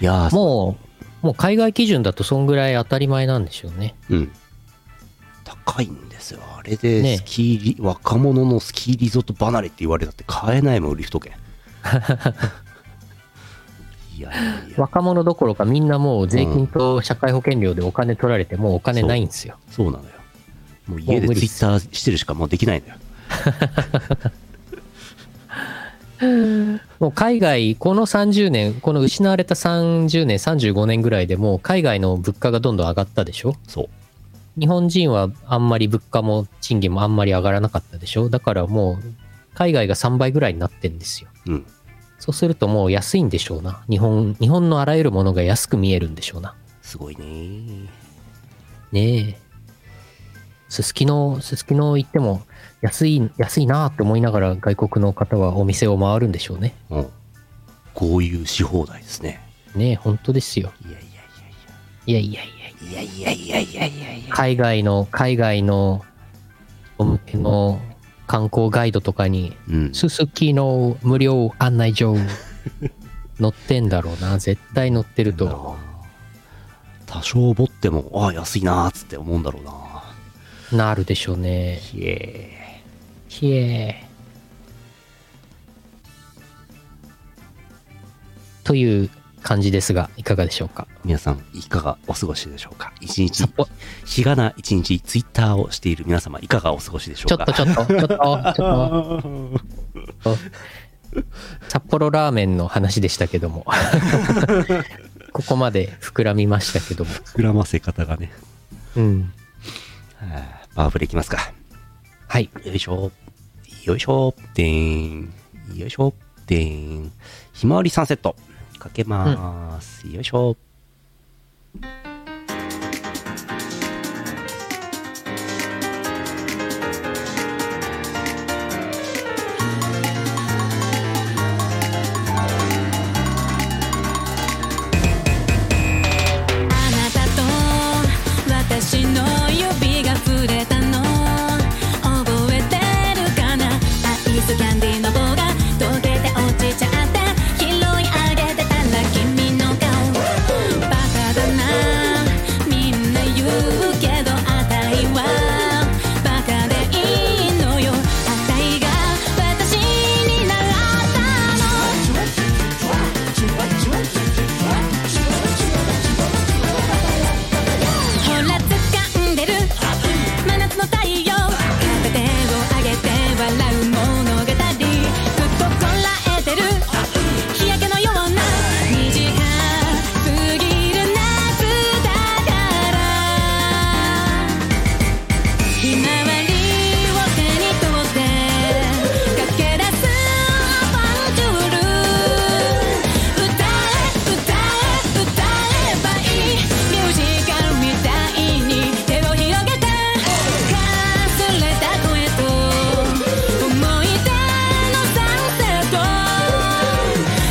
S1: いやー
S2: もう、もう海外基準だとそんぐらい当たり前なんでしょうね。
S1: うん高いんですよあれで
S2: ね
S1: スキーリ、若者のスキーリゾート離れって言われたって買えないもんリフト 券いやいやいや
S2: 若者どころかみんなもう税金と社会保険料でお金取られてもうお金ないんですよ。
S1: そうなのよもう家で
S2: もう無理
S1: ツイ
S2: っ
S1: ッ
S2: す
S1: ターしてるしかもうできないのよ
S2: もう海外、この30年、この失われた30年、35年ぐらいでもう海外の物価がどんどん上がったでしょ
S1: そう
S2: 日本人はあんまり物価も賃金もあんまり上がらなかったでしょだからもう海外が3倍ぐらいになってんですよ。
S1: うん
S2: そうするともう安いんでしょうな。日本、日本のあらゆるものが安く見えるんでしょうな。
S1: すごいね
S2: ねえ。すすきの、すすきの行っても安い、安いなって思いながら外国の方はお店を回るんでしょうね。
S1: うん豪遊し放題ですね
S2: ねえ、本当ですよ。
S1: いやいや
S2: いやいやいや
S1: い
S2: いや。
S1: やいやいやいやいやいやいや
S2: 海外の海外のお向けの観光ガイドとかに
S1: うん
S2: ススキの無料案内状載ってんだろうな絶対載ってると
S1: 多少ぼってもああ安いなーっつって思うんだろうな
S2: なるでしょうね
S1: ひえ
S2: ひえという感じですがいかがでしょうか
S1: 皆さんいかがお過ごしでしょうか一日
S2: 札幌
S1: 日がな一日ツイッターをしている皆様いかがお過ごしでしょ
S2: ちょ
S1: う
S2: っ
S1: か
S2: とちょっ とちょっとちょっとちょっと札幌ラーメンの話でしたけど もここまで膨らみましたけども
S1: 膨らませ方がね
S2: うん。
S1: はあパワフルいきますか
S2: はい。
S1: よいしょよいしょでーんよいしょでーんひまわりサンセットかけまーす、よいしょ
S5: 「ンディの棒が溶けて落ちちゃって拾い上げてたら君の顔バカだなみんな言うけどあたいはバカでいいのよあたいが私に習ったのほら掴んでる真夏の太陽片手を上げて笑う物語ずっとこらえてる日焼けのような短すぎる夏だからひまわりを手に取って駆け出すアバンチュール歌え歌え歌えばいいミュージカルみたいに手を広げてかすれた声と思い出のサンセット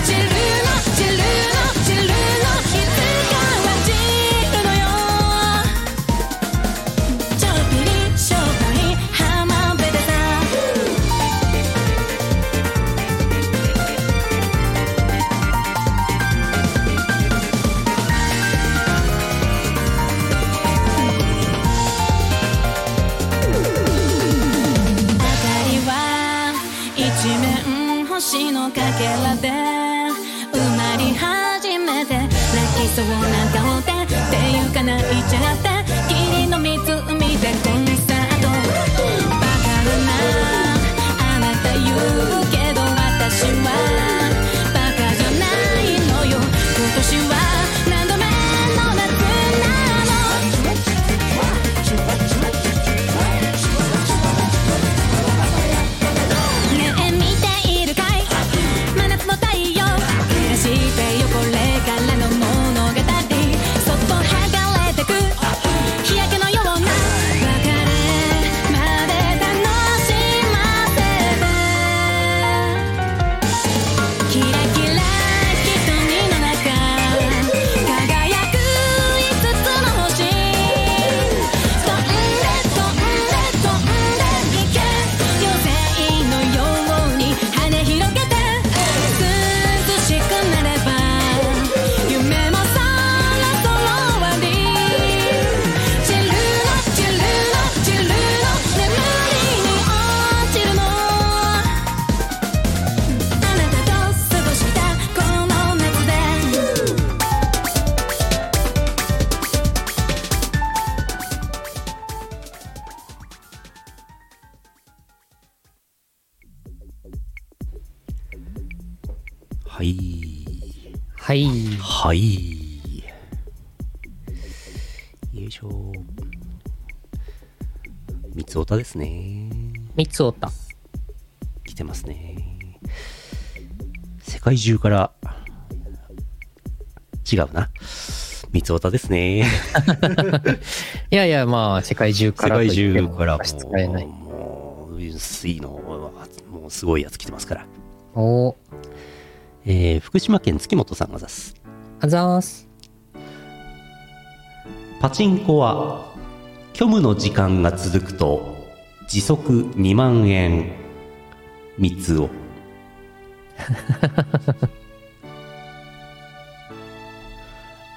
S5: 散るの散るの散るのいつかは散るのよちょっぴり商売浜辺でさあたりは一面星のかけらで埋まり始めて泣きそうな顔でっていうか泣いちゃって霧の湖でコンサートバカだなあなた言うけど私はバカじゃないのよ今年は何度目の夏なのねえ見ているかい真夏の太陽照らしてよこれからの物語そっと剥がれてく日焼けのような別れまで楽しませて「キラキラ瞳の中」「輝く5つの星」「飛んで飛んで飛んでいけ」「妖精のように羽広げて」「涼しくなれば夢もそろそろ終わり」「散るの散るの散るの眠りに落ちるの」あなたと過ごしたこの夏で
S1: はい。
S2: はい。
S1: はい。よいしょ。三つおたですね。
S2: 三つおた。
S1: 来てますね。世界中から、違うな。三つおたですね。
S2: いやいや、まあ、世界中
S1: 世
S2: からと
S1: 界
S2: 言って
S1: 中
S2: も
S1: から
S2: 差し支えない。
S1: もう、もう、水の、もうすごいやつ来てますから。
S2: おー
S1: えー、福島県月本さんが指す。
S2: あざーす。
S1: パチンコは虚無の時間が続くと時速2万円三つを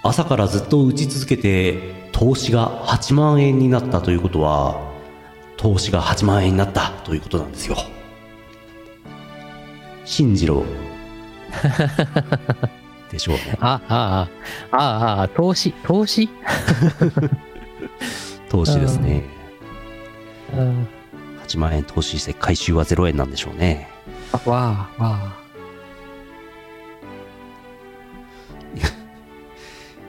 S1: 朝からずっと打ち続けて投資が8万円になったということは投資が8万円になったということなんですよ進次郎でしょうね
S2: あ、ああ、ああ、ああ、投資、投資
S1: 投資ですね、
S2: うん
S1: 8万円投資して回収は0円なんでしょうね。
S2: あわあ、わあ。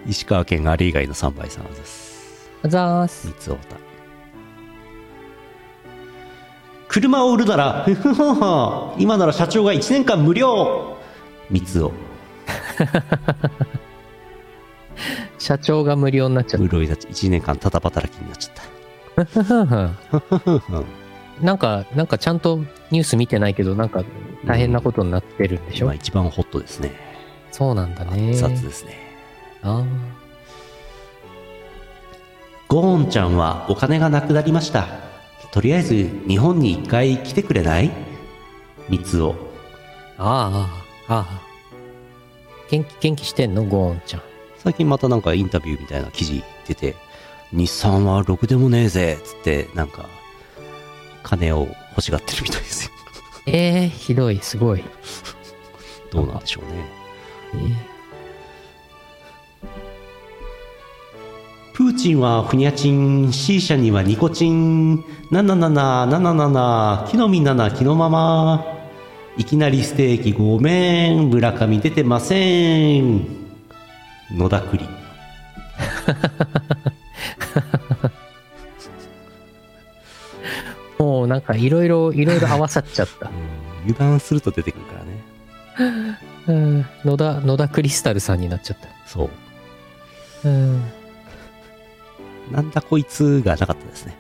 S1: 石川県あれ以外の3倍さんです。
S2: あざーす
S1: 三。つおた。車を売るなら、ふ ふふふ今なら社長が1年間無料三つお。
S2: 社長が無料になっちゃっ。
S1: 無料になっちゃ1年間ただ働きになっちゃった
S2: ふんふ ん
S1: た。ふふふ
S2: なんか、なんかちゃんとニュース見てないけど、なんか大変なことになってるんでしょ、
S1: 今一番ホットですね。
S2: そうなんだね。
S1: 熱々ですね。
S2: あー
S1: ゴーンちゃんはお金がなくなりました。とりあえず日本に一回来てくれない三つを
S2: ああ、ああ。元気、元気してんのゴーンちゃん。
S1: 最近またなんかインタビューみたいな記事出て日産はろくでもねえぜっつってなんか金を欲しがってるみたい ですよ
S2: ええひどい、すごい。
S1: どうなんでしょうね
S2: えー
S1: プーチンはフニャチン C 社にはニコチン7777木の実7木のままいきなりステーキごめん村上出てません野田栗
S2: もうなんかいろいろ、いろいろ合わさっちゃった。
S1: 油断すると出てくるからね
S2: うん。野田、野田クリスタルさんになっちゃっ
S1: そう
S2: た。うん。
S1: なんだこいつがなかった ですね。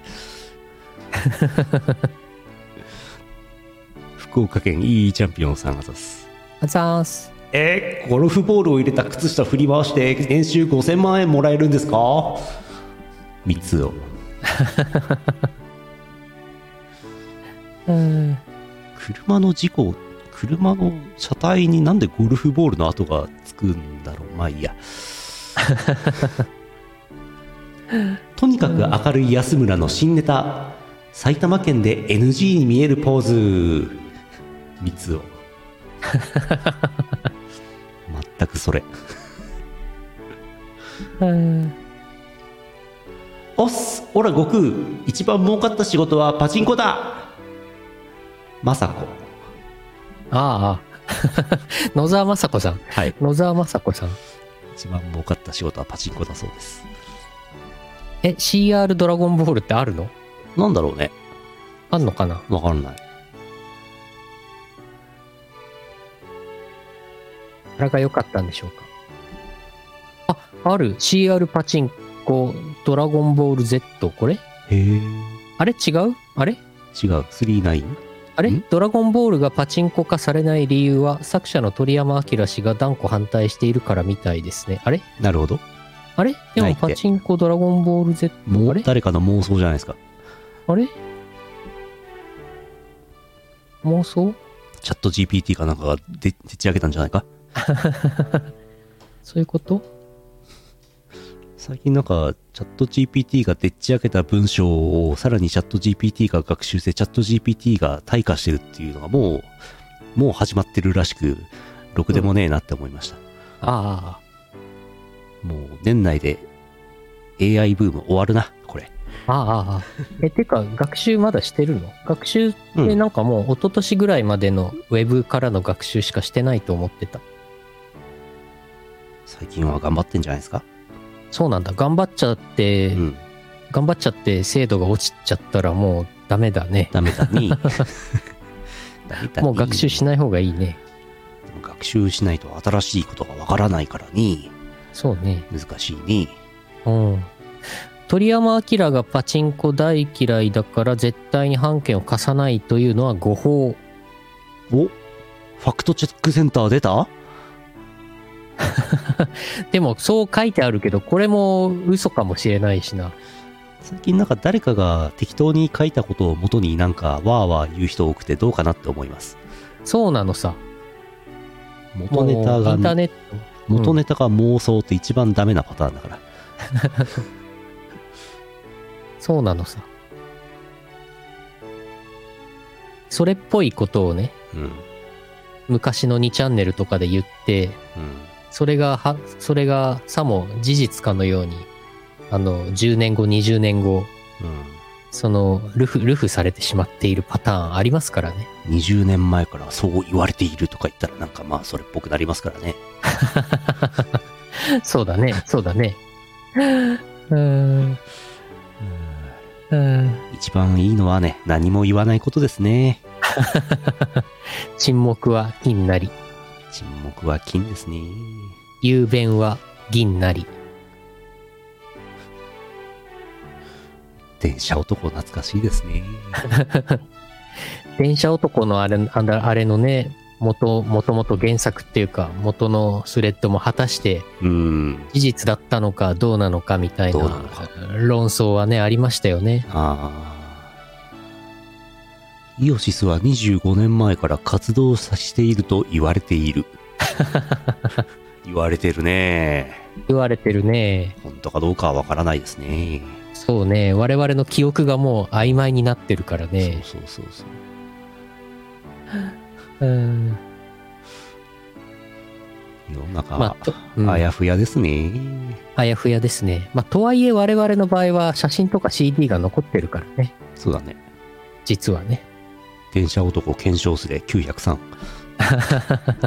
S1: 福岡県いいチャンピオンさんがです。
S2: あざーす。
S1: えーゴルフボールを入れた靴下振り回して年収5000万円もらえるんですか三つを
S2: うん。
S1: 車の事故車の車体になんでゴルフボールの跡がつくんだろうまあいいや とにかく明るい安村の新ネタ埼玉県で NG に見えるポーズ三つを全くそれ
S2: うん。
S1: おっすオラ悟空一番儲かった仕事はパチンコだ政子
S2: ああ。 野沢雅子さん。
S1: はい
S2: 野沢雅子さん。
S1: 一番儲かった仕事はパチンコだそうです
S2: え、CR ドラゴンボールってあるの
S1: なんだろうね
S2: あんのかな
S1: わかんない
S2: あれが良かったんでしょうかあ、ある。CR パチンコ、ドラゴンボール Z。これ
S1: へえ
S2: あれ違うあれ
S1: 違う39
S2: あれ
S1: ん
S2: ドラゴンボールがパチンコ化されない理由は作者の鳥山明氏が断固反対しているからみたいですね。あれ
S1: なるほど
S2: あれで
S1: ない
S2: も
S1: って
S2: パチンコドラゴンボール Z。
S1: も
S2: あ
S1: う
S2: れ
S1: 誰かの妄想じゃないですか
S2: あれ妄想
S1: チャット GPT かなんかがででっち上げたんじゃないか
S2: そういうこと
S1: 最近なんかチャット GPT がでっち上げた文章をさらにチャット GPT が学習してチャット GPT が退化してるっていうのがもうもう始まってるらしくろくでもねえなって思いました、
S2: あ
S1: もう年内で AI ブーム終わるなこれ
S2: あ、ああ、 ああ。え、てか、学習まだしてるの学習って
S1: うん
S2: なんかもう一昨年ぐらいまでのウェブからの学習しかしてないと思ってた。
S1: 最近は頑張ってんじゃないですか
S2: そうなんだ。頑張っちゃって、
S1: うん
S2: 頑張っちゃって精度が落ちちゃったらもうダメだね。
S1: ダメだ にダメだに
S2: もう学習しない方がいいね。
S1: でも学習しないと新しいことがわからないからに
S2: そうね。
S1: 難しいに
S2: うん。鳥山明がパチンコ大嫌いだから絶対に判権を貸さないというのは誤報。
S1: おファクトチェックセンター出た
S2: でもそう書いてあるけど、これも嘘かもしれないしな。
S1: 最近なんか誰かが適当に書いたことを元になんかわーわー言う人多くてどうかなって思います
S2: そうなのさ。
S1: 元ネタ
S2: もうインター
S1: が
S2: ネット。
S1: 元ネタが妄想って一番ダメなパターンだから
S2: そうなのさ。それっぽいことをね、
S1: うんうん
S2: 昔の2チャンネルとかで言って、それがは、それがさも事実かのように、あの、10年後、20年後、
S1: う
S2: その、ルフ、ルフされてしまっているパターンありますからね。
S1: ん20年前からそう言われているとか言ったらなんかまあそれっぽくなりますからね
S2: そうだね、そうだね。うーん。うーん。
S1: 一番いいのはね何も言わないことですね
S2: 沈黙は銀なり、
S1: 沈黙は金ですね
S2: 雄弁は銀なり。
S1: 電車男懐かしいです ね
S2: 電車男のあれ、あのあれのね、元、元々原作っていうか、元のスレッドも果たして
S1: うん
S2: 事実だったのかどうなのかみたいな
S1: どうなのか
S2: 論争はね、ありましたよね。
S1: ああ。イオシスは25年前から活動させていると言われてい る。言われてるね。
S2: 言われてるね。
S1: 本当かどうかはわからないですね。
S2: そうね。我々の記憶がもう曖昧になってるからね。
S1: そうそうそうそう。
S2: うん。
S1: 世の中
S2: ま
S1: は
S2: あと、うん
S1: あやふやですね。
S2: あやふやですね。まあ、とはいえ我々の場合は写真とか CD が残ってるからね。
S1: そうだね。
S2: 実はね。
S1: 電車男検証すれ903。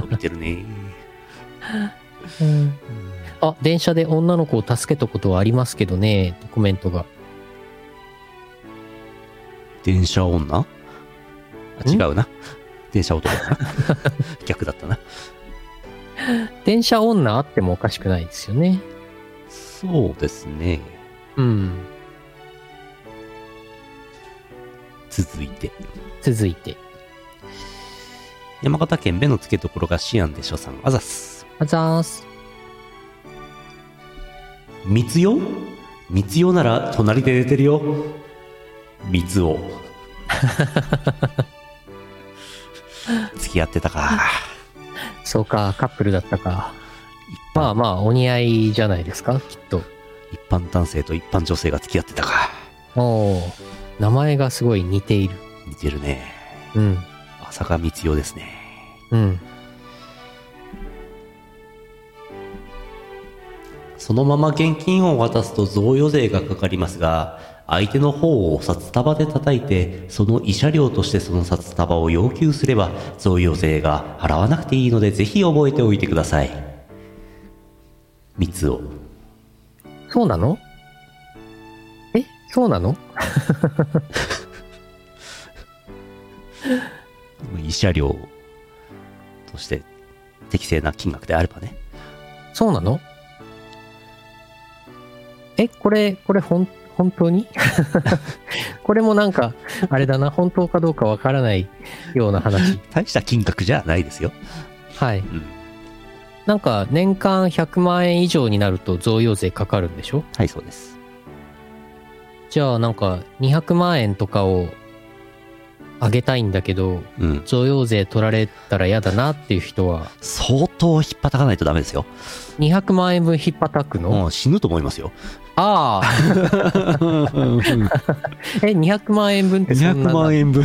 S1: 伸びてるね。
S2: うん。あ、電車で女の子を助けたことはありますけどね。コメントが。
S1: 電車女あ違うな。電車男だな。 逆だったな。
S2: 電車女あってもおかしくないですよね。
S1: そうですね。
S2: うん。
S1: 続いて。
S2: 続いて。
S1: 山形県目の付けどころがシアンで所さん。あざっす。
S2: あざーす。
S1: 三つよ三つよなら隣で寝てるよ。三つを。 付き合ってたか。
S2: そうか、カップルだったか。まあまあ、お似合いじゃないですか、きっと。
S1: 一般男性と一般女性が付き合ってたか。
S2: おー名前がすごい似ている。
S1: 似てるね。
S2: うん。
S1: 浅香光代ですね。
S2: うん。
S1: そのまま現金を渡すと贈与税がかかりますが、相手の方を札束で叩いて、その慰謝料としてその札束を要求すれば、贈与税が払わなくていいので、ぜひ覚えておいてください。三つを。
S2: そうなのえそうなの
S1: 慰謝料として適正な金額であればね。
S2: そうなのえこれ、これ、ほん、本当に これもなんか、あれだな、本当かどうかわからないような話。
S1: 大した金額じゃないですよ。
S2: はい。
S1: うん。
S2: なんか、年間100万円以上になると贈与税かかるんでしょ
S1: はい、そうです。
S2: じゃあなんか200万円とかをあげたいんだけど、
S1: うん。
S2: 贈与税取られたら嫌だなっていう人は、
S1: 相当引っ叩かないとダメですよ。
S2: 200万円分引っ叩くの、
S1: もう死ぬと思いますよ。
S2: ああ、 え、200万円分ってそんな
S1: 200万円分。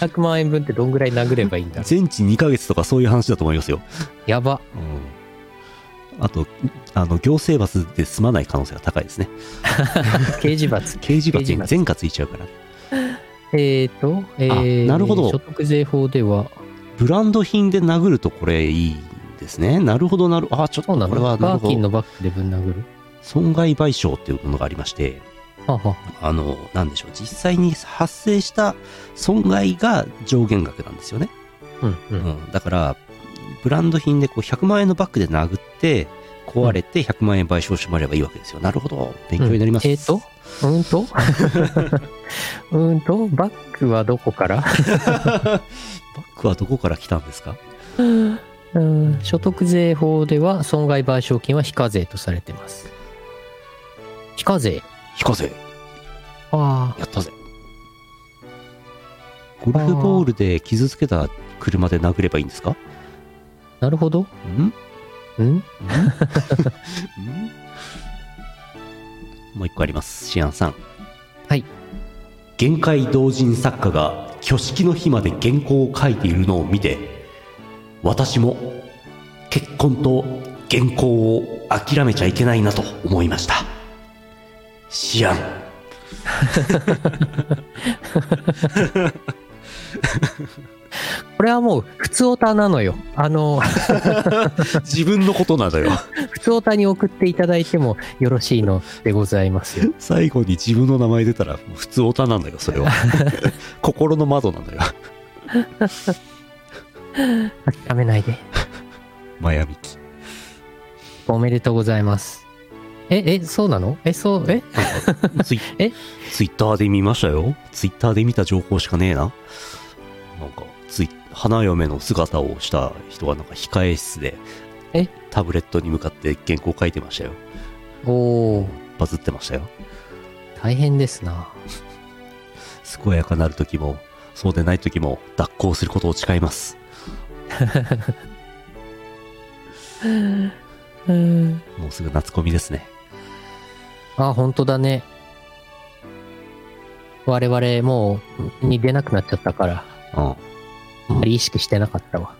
S2: 200万円分ってどんぐらい殴ればいいんだろう
S1: 全治2ヶ月とかそういう話だと思いますよ。
S2: やば。
S1: あと、あの、行政罰で済まない可能性が高いですね。
S2: 刑 事罰。
S1: 刑事罰に
S2: 刑事罰
S1: 全課ついちゃうから。
S2: えっ、ー、と、えー、
S1: あなるほど
S2: 所得税法では、
S1: ブランド品で殴るとこれいいんですね。なるほどなる、あ、ちょっ
S2: そ
S1: と
S2: うな
S1: これ
S2: の
S1: はなる
S2: バー
S1: ほ
S2: キン
S1: ど。
S2: のバッグでぶん殴る。
S1: 損害賠償っていうものがありまして、
S2: はあ、は
S1: あの、なんでしょう。実際に発生した損害が上限額なんですよね。
S2: あ、うん
S1: う
S2: う。
S1: んん。だから、ブランド品でこう100万円のバッグで殴って、壊れて100万円賠償してもらえばいいわけですよ。なるほど。勉強になります。
S2: えっ、ー、と、うーんと うーんと、バッグはどこから
S1: バッグはどこから来たんですか
S2: うん所得税法では損害賠償金は非課税とされてます。非課税
S1: 非課税
S2: ああ。
S1: やったぜゴルフボールで傷つけた車で殴ればいいんですか
S2: なるほど。
S1: んん
S2: うん
S1: もう一個ありますシアンさん
S2: はい
S1: 限界同人作家が挙式の日まで原稿を書いているのを見て私も結婚と原稿を諦めちゃいけないなと思いましたシアン
S2: これはもう、普通オタなのよ。あの、
S1: 自分のことなのよ
S2: 普通オタに送っていただいてもよろしいのでございますよ。
S1: 最後に自分の名前出たら普通オタなんだよそ れは心の窓なんだよ
S2: 諦めないで。
S1: マヤミキ
S2: おめでとうございます。え、え、そうなのえ、そう、え
S1: ツイ
S2: え
S1: ツイッターで見ましたよツイッターで見た情報しかねえななんかツイ花嫁の姿をした人がなんか控え室で
S2: え
S1: タブレットに向かって原稿書いてましたよ
S2: おー、
S1: バズってましたよ
S2: 大変ですな。
S1: 健やかなる時もそうでない時も脱行することを誓います
S2: うん。
S1: もうすぐ夏コミですね
S2: あ、本当だね。我々もう、に出なくなっちゃったから、
S1: うん
S2: あんまり意識してなかったわ。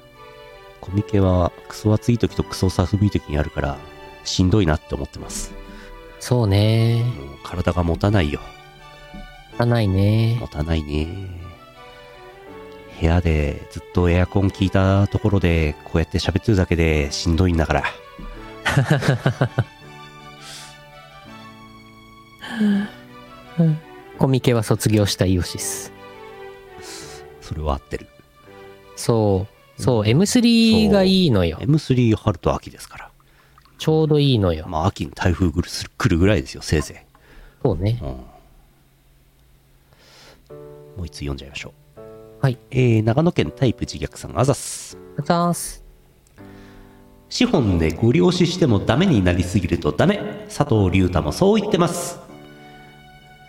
S1: コミケはクソ暑い時とクソ寒い時にあるからしんどいなって思ってます
S2: そうね。
S1: もう体が持たないよ
S2: いらないね
S1: 持。たないね部屋でずっとエアコン効いたところでこうやって喋ってるだけでしんどいんだから
S2: コミケは卒業したイオシス。
S1: それは合ってる
S2: そう。そう、M3 がいいのよ。
S1: M3 春と秋ですか
S2: ちょうどいいの
S1: ら
S2: よ。
S1: まあ秋に台風来るす来るぐらいですよせいぜ
S2: そうね
S1: い、うん。もう一通読んじゃいましょう
S2: はい
S1: えー、長野県タイプ自虐さんあざっす
S2: あざーす。
S1: 資本でご利用ししてもダメになりすぎるとダメ佐藤隆太もそう言ってます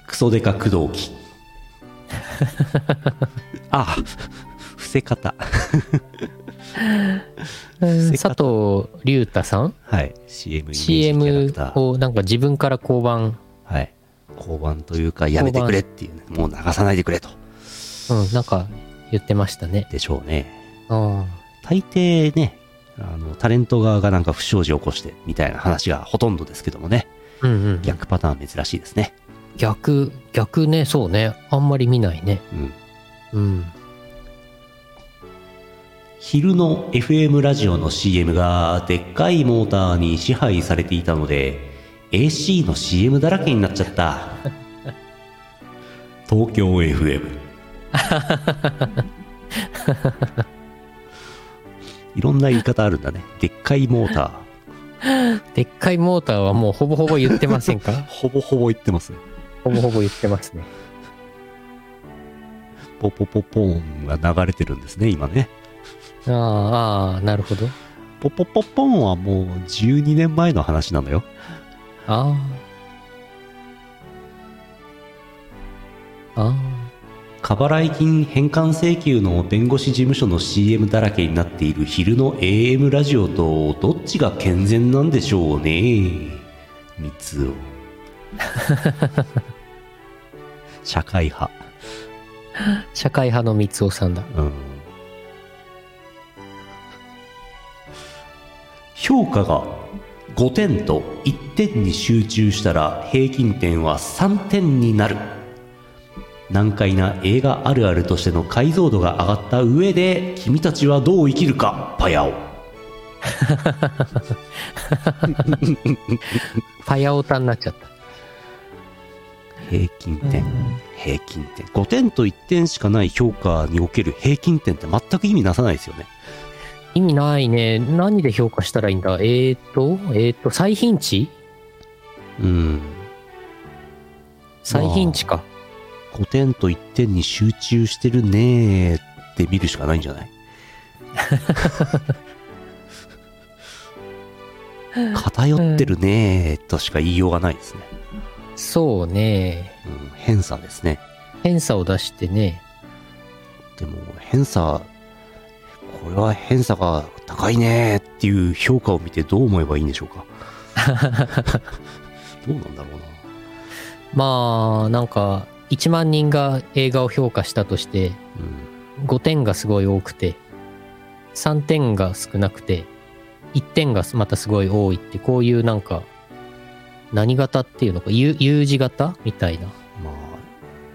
S1: クソデカ駆動 機ああ伏せ方
S2: うん
S1: せ
S2: 佐藤隆太さん
S1: はい CM イメージキャラ
S2: ?CM
S1: クター
S2: をなんか自分から降板。
S1: はい交番というかやめてくれっていうね、もう流さないでくれと
S2: うん、なんか言ってましたね。
S1: でしょうね
S2: うん。
S1: 大抵ねあのタレント側がなんか不祥事を起こしてみたいな話がほとんどですけどもね
S2: うんうん。
S1: 逆パターン珍しいですね
S2: 逆、逆ね、そうね。あんまり見ないね。
S1: うん
S2: うん。
S1: 昼の FM ラジオの CM がでっかいモーターに支配されていたので AC の CM だらけになっちゃった 東京 FM いろんな言い方あるんだねでっかいモータ
S2: でっかいモーターはもうほぼほぼ言ってません
S1: ー
S2: か
S1: ほぼほぼ言ってますね
S2: ほぼほぼ言ってますね。
S1: ポポポポーンが流れてるんですね今ね
S2: ああ、ああ、なるほど。
S1: ポポポポーンはもう12年前の話なのよ
S2: ああ。あ
S1: 過払い金返還請求の弁護士事務所の CM だらけになっている昼の AM ラジオとどっちが健全なんでしょうね三つを社会派
S2: あ。社会派の三尾さんだ。
S1: うん評価が5点と1点に集中したら平均点は3点になる難解な映画あるあるとしての解像度が上がった上で君たちはどう生きるかパヤオ
S2: パヤオタになっちゃっ
S1: 平均点平均点5点と1点しかない評価における平均点って全く意味なさないですよね
S2: た。意味ないね。何で評価したらいいんだえーと、えーと、最頻値
S1: うん
S2: 最頻値か。
S1: 5点と1点に集中してるねーって見るしかないんじゃない偏ってるねーとしか言いようがないですね、
S2: そうね。
S1: うん、偏差ですね
S2: 偏差を出してね。
S1: でも偏差これは偏差が高いねーっていう評価を見てどう思えばいいんでしょうかどうなんだろうな
S2: まあ、なんか、1万人が映画を評価したとして、
S1: うん
S2: 5点がすごい多くて、3点が少なくて、1点がまたすごい多いって、こういうなんか、何型っていうのか、U, U 字型みたいな。
S1: まあ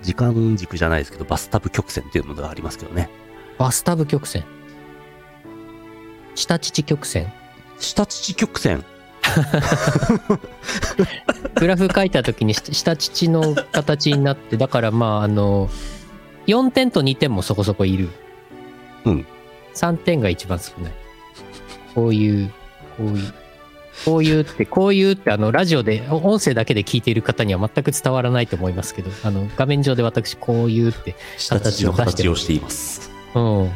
S1: 時間軸じゃないですけどバスタブ曲線っていうものがありますけどね
S2: バスタブ曲線。下乳曲線。
S1: 下乳曲線
S2: グラフ書いた時に下下乳の形になって、だからまあ、あの、4点と2点もそこそこいる。
S1: うん
S2: 3点が一番少ない。こういう、こういう、こういうって、こういうって、あの、ラジオで、お音声だけで聞いている方には全く伝わらないと思いますけど、あの、画面上で私、こういうって、
S1: 下乳の形をしています
S2: うん。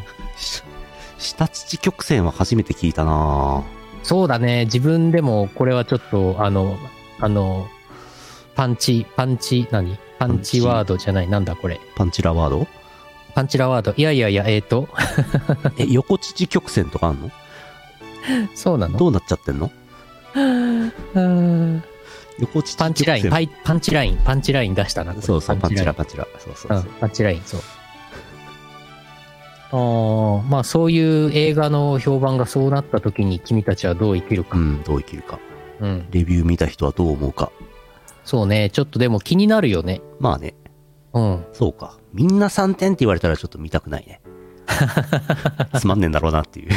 S1: 下乳曲線は初めて聞いたな
S2: そうだね、自分でも、これはちょっと、あの、あの、パンチ、パンチ、何パンチワードじゃない、なんだこれ。
S1: パンチラワード
S2: パンチラワード。いやいやいや、えっ、ー、と、
S1: え、横乳曲線とかあんの
S2: そうなの
S1: どうなっちゃってんの
S2: うーん
S1: 横乳曲線
S2: パンチライン、パイパンチライン、パンチライン出したな。これ
S1: そうそう、パンチラ、
S2: イ
S1: パンチラ。そうそう
S2: ン。、
S1: そううん
S2: パンチライン、そう。あーまあそういう映画の評判がそうなった時に君たちはどう生きるか
S1: う。ん、どう生きるか。
S2: うん。
S1: レビュー見た人はどう思うか。
S2: そうね。ちょっとでも気になるよね。
S1: まあね、
S2: うん。
S1: そうか。みんな3点って言われたらちょっと見たく ないね。つまんねえんだろうなっていう。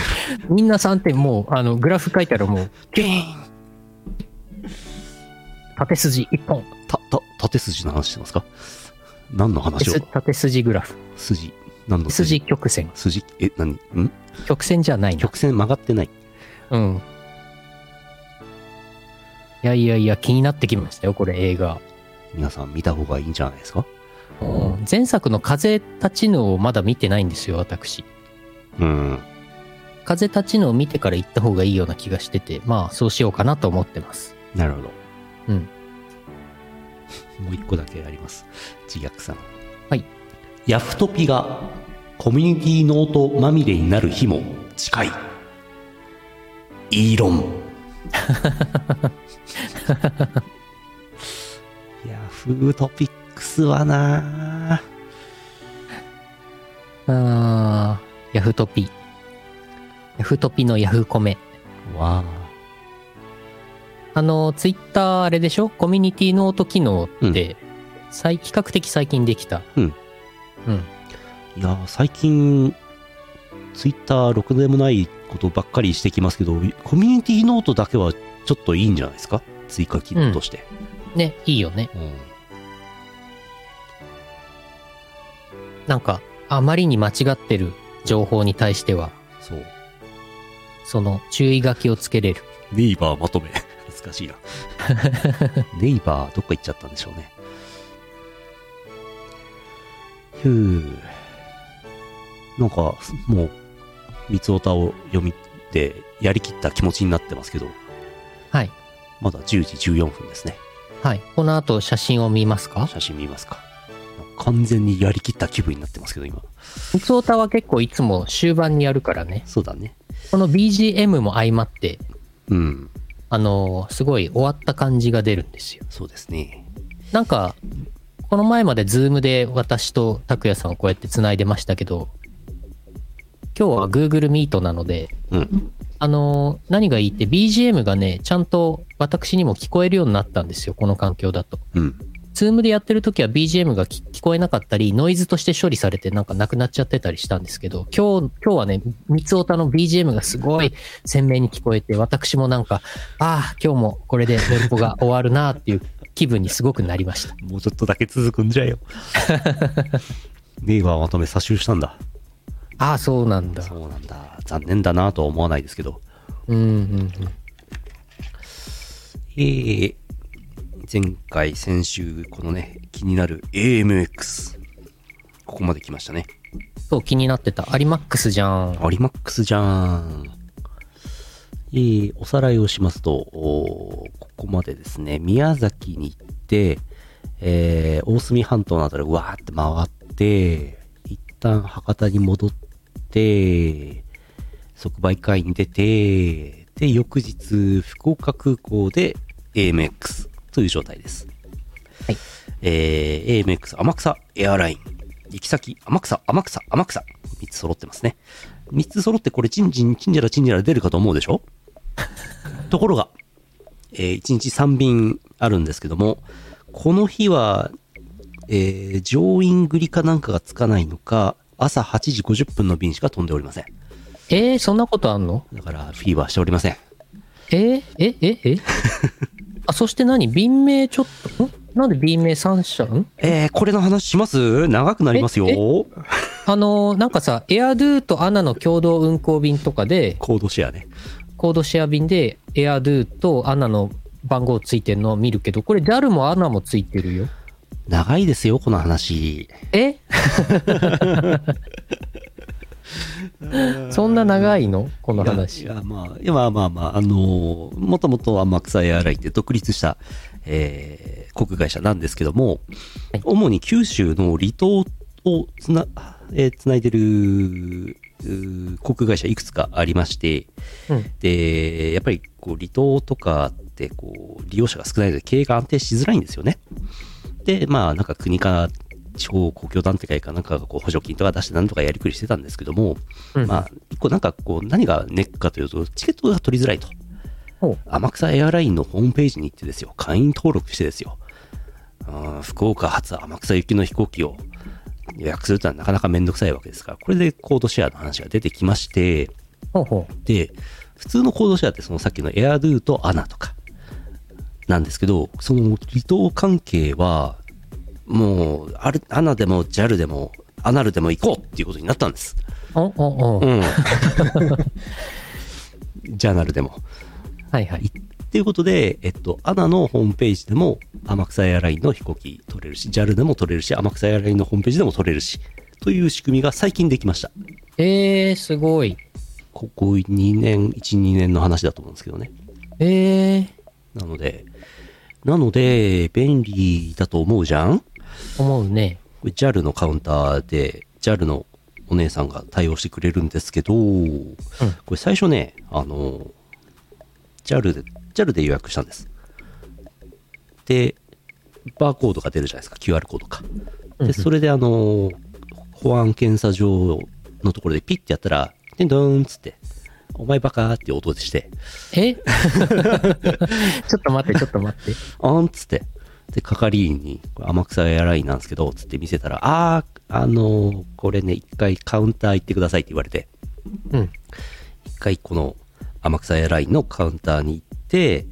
S2: みんな3点、もう、あの、グラフ書いたらもう、
S1: ピーン
S2: 縦筋1本。
S1: た、た、縦筋の話してますか何の話を
S2: 縦縦筋グラフ。
S1: 筋。何の
S2: 筋
S1: 筋
S2: 曲線。
S1: 筋、え、何ん
S2: 曲線じゃないな。
S1: 曲線曲がってない。
S2: うん。いやいやいや、気になってきましたよ、これ映画。
S1: 皆さん見た方がいいんじゃないですか
S2: うん前作の風立ちぬをまだ見てないんですよ、私。
S1: うん。
S2: 風立ちぬを見てから行った方がいいような気がしてて、まあ、そうしようかなと思ってます。
S1: なるほど。
S2: うん。
S1: もう一個だけあります。自虐さん。
S2: はい。
S1: ヤフトピがコミュニティノートまみれになる日も近い。イーロン。 ヤフートピックスはなあ
S2: あー、ヤフトピ。ヤフトピのヤフコメ。
S1: わあ。
S2: あの、ツイッターあれでしょコミュニティノート機能って、最比較的最近できた。
S1: うん。
S2: うん。
S1: いや、最近、ツイッターろくでもないことばっかりしてきますけど、コミュニティノートだけはちょっといいんじゃないですか追加機能として。
S2: ね、いいよね。
S1: うん
S2: なんか、あまりに間違ってる情報に対しては、
S1: そう。
S2: その注意書きをつけれる。
S1: ネイバーまと め。懐かしいな。ネイバー、どっか行っちゃったんでしょうね。ふぅ。なんか、もう、三つおたを読みって、やりきった気持ちになってますけど、
S2: はい。
S1: まだ10時14分ですね。
S2: はい。この後写真を見ますか
S1: 写真見ますか。完全にやりきった気分になってますけど、今。
S2: 三つおたは結構いつも終盤にやるからね。
S1: そうだね。
S2: この BGM も相まって、
S1: うん。
S2: あのーすごい終わった感じが出るんですよ。
S1: そうですね。
S2: なんか、この前までズームで私と拓也さんをこうやって繋いでましたけど、今日は Google Meet なので、
S1: うん。
S2: あのー何がいいって BGM がね、ちゃんと私にも聞こえるようになったんですよ、この環境だと。
S1: うん。
S2: ズームでやってる時は BGM がき聞こえなかったり、ノイズとして処理されてなんかなくなっちゃってたりしたんですけど、今日、今日はね、三つおたの BGM がすごい鮮明に聞こえて、私もなんか、ああ、今日もこれでメルコが終わるなっていう気分にすごくなりました。
S1: もうちょっとだけ続くんじゃよ。 ネイバーまとめ差ししたんだ。
S2: ああ、そうなんだ。
S1: そうなんだ。残念だなとは思わないですけど。
S2: うんうん
S1: えー、前回、先週、このね、気になる AMX。ここまで来ましたね。
S2: うん。そう、気になってた。アリマックスじゃん。
S1: アリマックスじゃん。えーおさらいをしますと、おーここまでですね、宮崎に行って、えー大隅半島のあたりをわーって回って、一旦博多に戻って、即売会に出て、で、翌日、福岡空港で AMX という状態です。
S2: はい。
S1: えー AMX 天草エアライン。行き先、天草、天草、天草。3つ揃ってますね。3つ揃ってこれ、チンチン、チンジャラチンジャラ出るかと思うでしょ ところが、え1日3便あるんですけども、この日は、えー乗員繰りかなんかがつかないのか、朝8時50分の便しか飛んでおりません。
S2: えー、そんなことあんの
S1: だから、フィーバーしておりません。
S2: えー、え、え、 えあ、そして何便名ちょっと、んなんで便名3社ん
S1: えー、これの話します長くなりますよ。
S2: ええ
S1: コ
S2: あのーなんかさ、エアドゥとアナの共同運行便とかで、
S1: ードシェアね。
S2: コードシェア便で、エアドゥとアナの番号ついてるのを見るけど、これ JAL もアナもついてるよ。
S1: 長いですよ、この話。
S2: え そんな長いのこの
S1: い
S2: 話。
S1: や、いやまあ、いやまあまあまあ、あのーもともと天草エアラインで独立した、えー航空会社なんですけども、
S2: はい
S1: 主に九州の離島をつな、えー繋いでるうー航空会社いくつかありまして、
S2: うん
S1: で、やっぱりこう離島とかってこう利用者が少ないので経営が安定しづらいんですよね。で、まあなんか国か地方公共団体かなんかがこう補助金とか出して何とかやりくりしてたんですけども、
S2: うん
S1: まあ一個なんかこう何がネックかというとチケットが取りづらいと。
S2: ほう
S1: 天草エアラインのホームページに行ってですよ、会員登録してですよ、あー福岡発天草行きの飛行機を予約するとはなかなかめんどくさいわけですから、これでコードシェアの話が出てきまして、
S2: ほうほ
S1: で、普通のコードシェアってそのさっきのエアドゥとアナとかなんですけど、その離島関係は、もう、あれ、アナでも JAL でも、アナルでも行こうっていうことになったんです。
S2: う。おおお、
S1: うん。ジャーナルでも。
S2: はいはい。
S1: ということで、えっと、アナのホームページでも、天草エアラインの飛行機取れるし、JAL でも取れるし、天草エアラインのホームページでも取れるし、という仕組みが最近できました。
S2: えー、すごい。
S1: ここ2年、1、2年の話だと思うんですけどね。
S2: えー、
S1: なので、なので、便利だと思うじゃんこ
S2: 思うね。
S1: れ ?JAL のカウンターで、JAL のお姉さんが対応してくれるんですけど、これ最初ね、あの、JAL で、JAL で予約したんです。で、バーコードが出るじゃないですか、QR コードか。で、それであの、保安検査場のところでピッてやったら、でんどーんっつって、お前バカーって音でして、
S2: え ちょっと待って、ちょっと待って。
S1: あんっつって。で、係員に、これ天草エアラインなんですけど、つって見せたら、あー、あのーこれね、一回カウンター行ってくださいって言われて、
S2: うん。
S1: 一回この天草エアラインのカウンターに行って、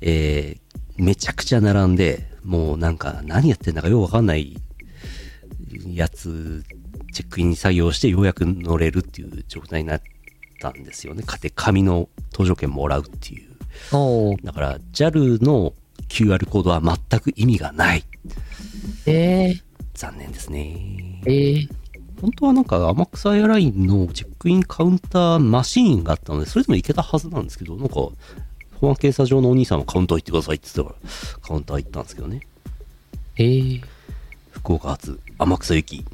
S1: えー、めちゃくちゃ並んで、もうなんか何やってんだかようわかんないやつ、チェックイン作業してようやく乗れるっていう状態になったんですよね。かて紙の搭乗券もらうっていう。
S2: おお、
S1: だから JAL の QR コードは全く意味がない。
S2: えー、
S1: 残念ですね
S2: え。ー、
S1: 本当はなんか天草エアラインのチェックインカウンターマシーンがあったので、それでも行けたはずなんですけど、なんか、保安検査場のお兄さんはカウンター行ってくださいって言ってたから、カウンター行ったんですけどね。
S2: えー、
S1: 福岡発天草行き。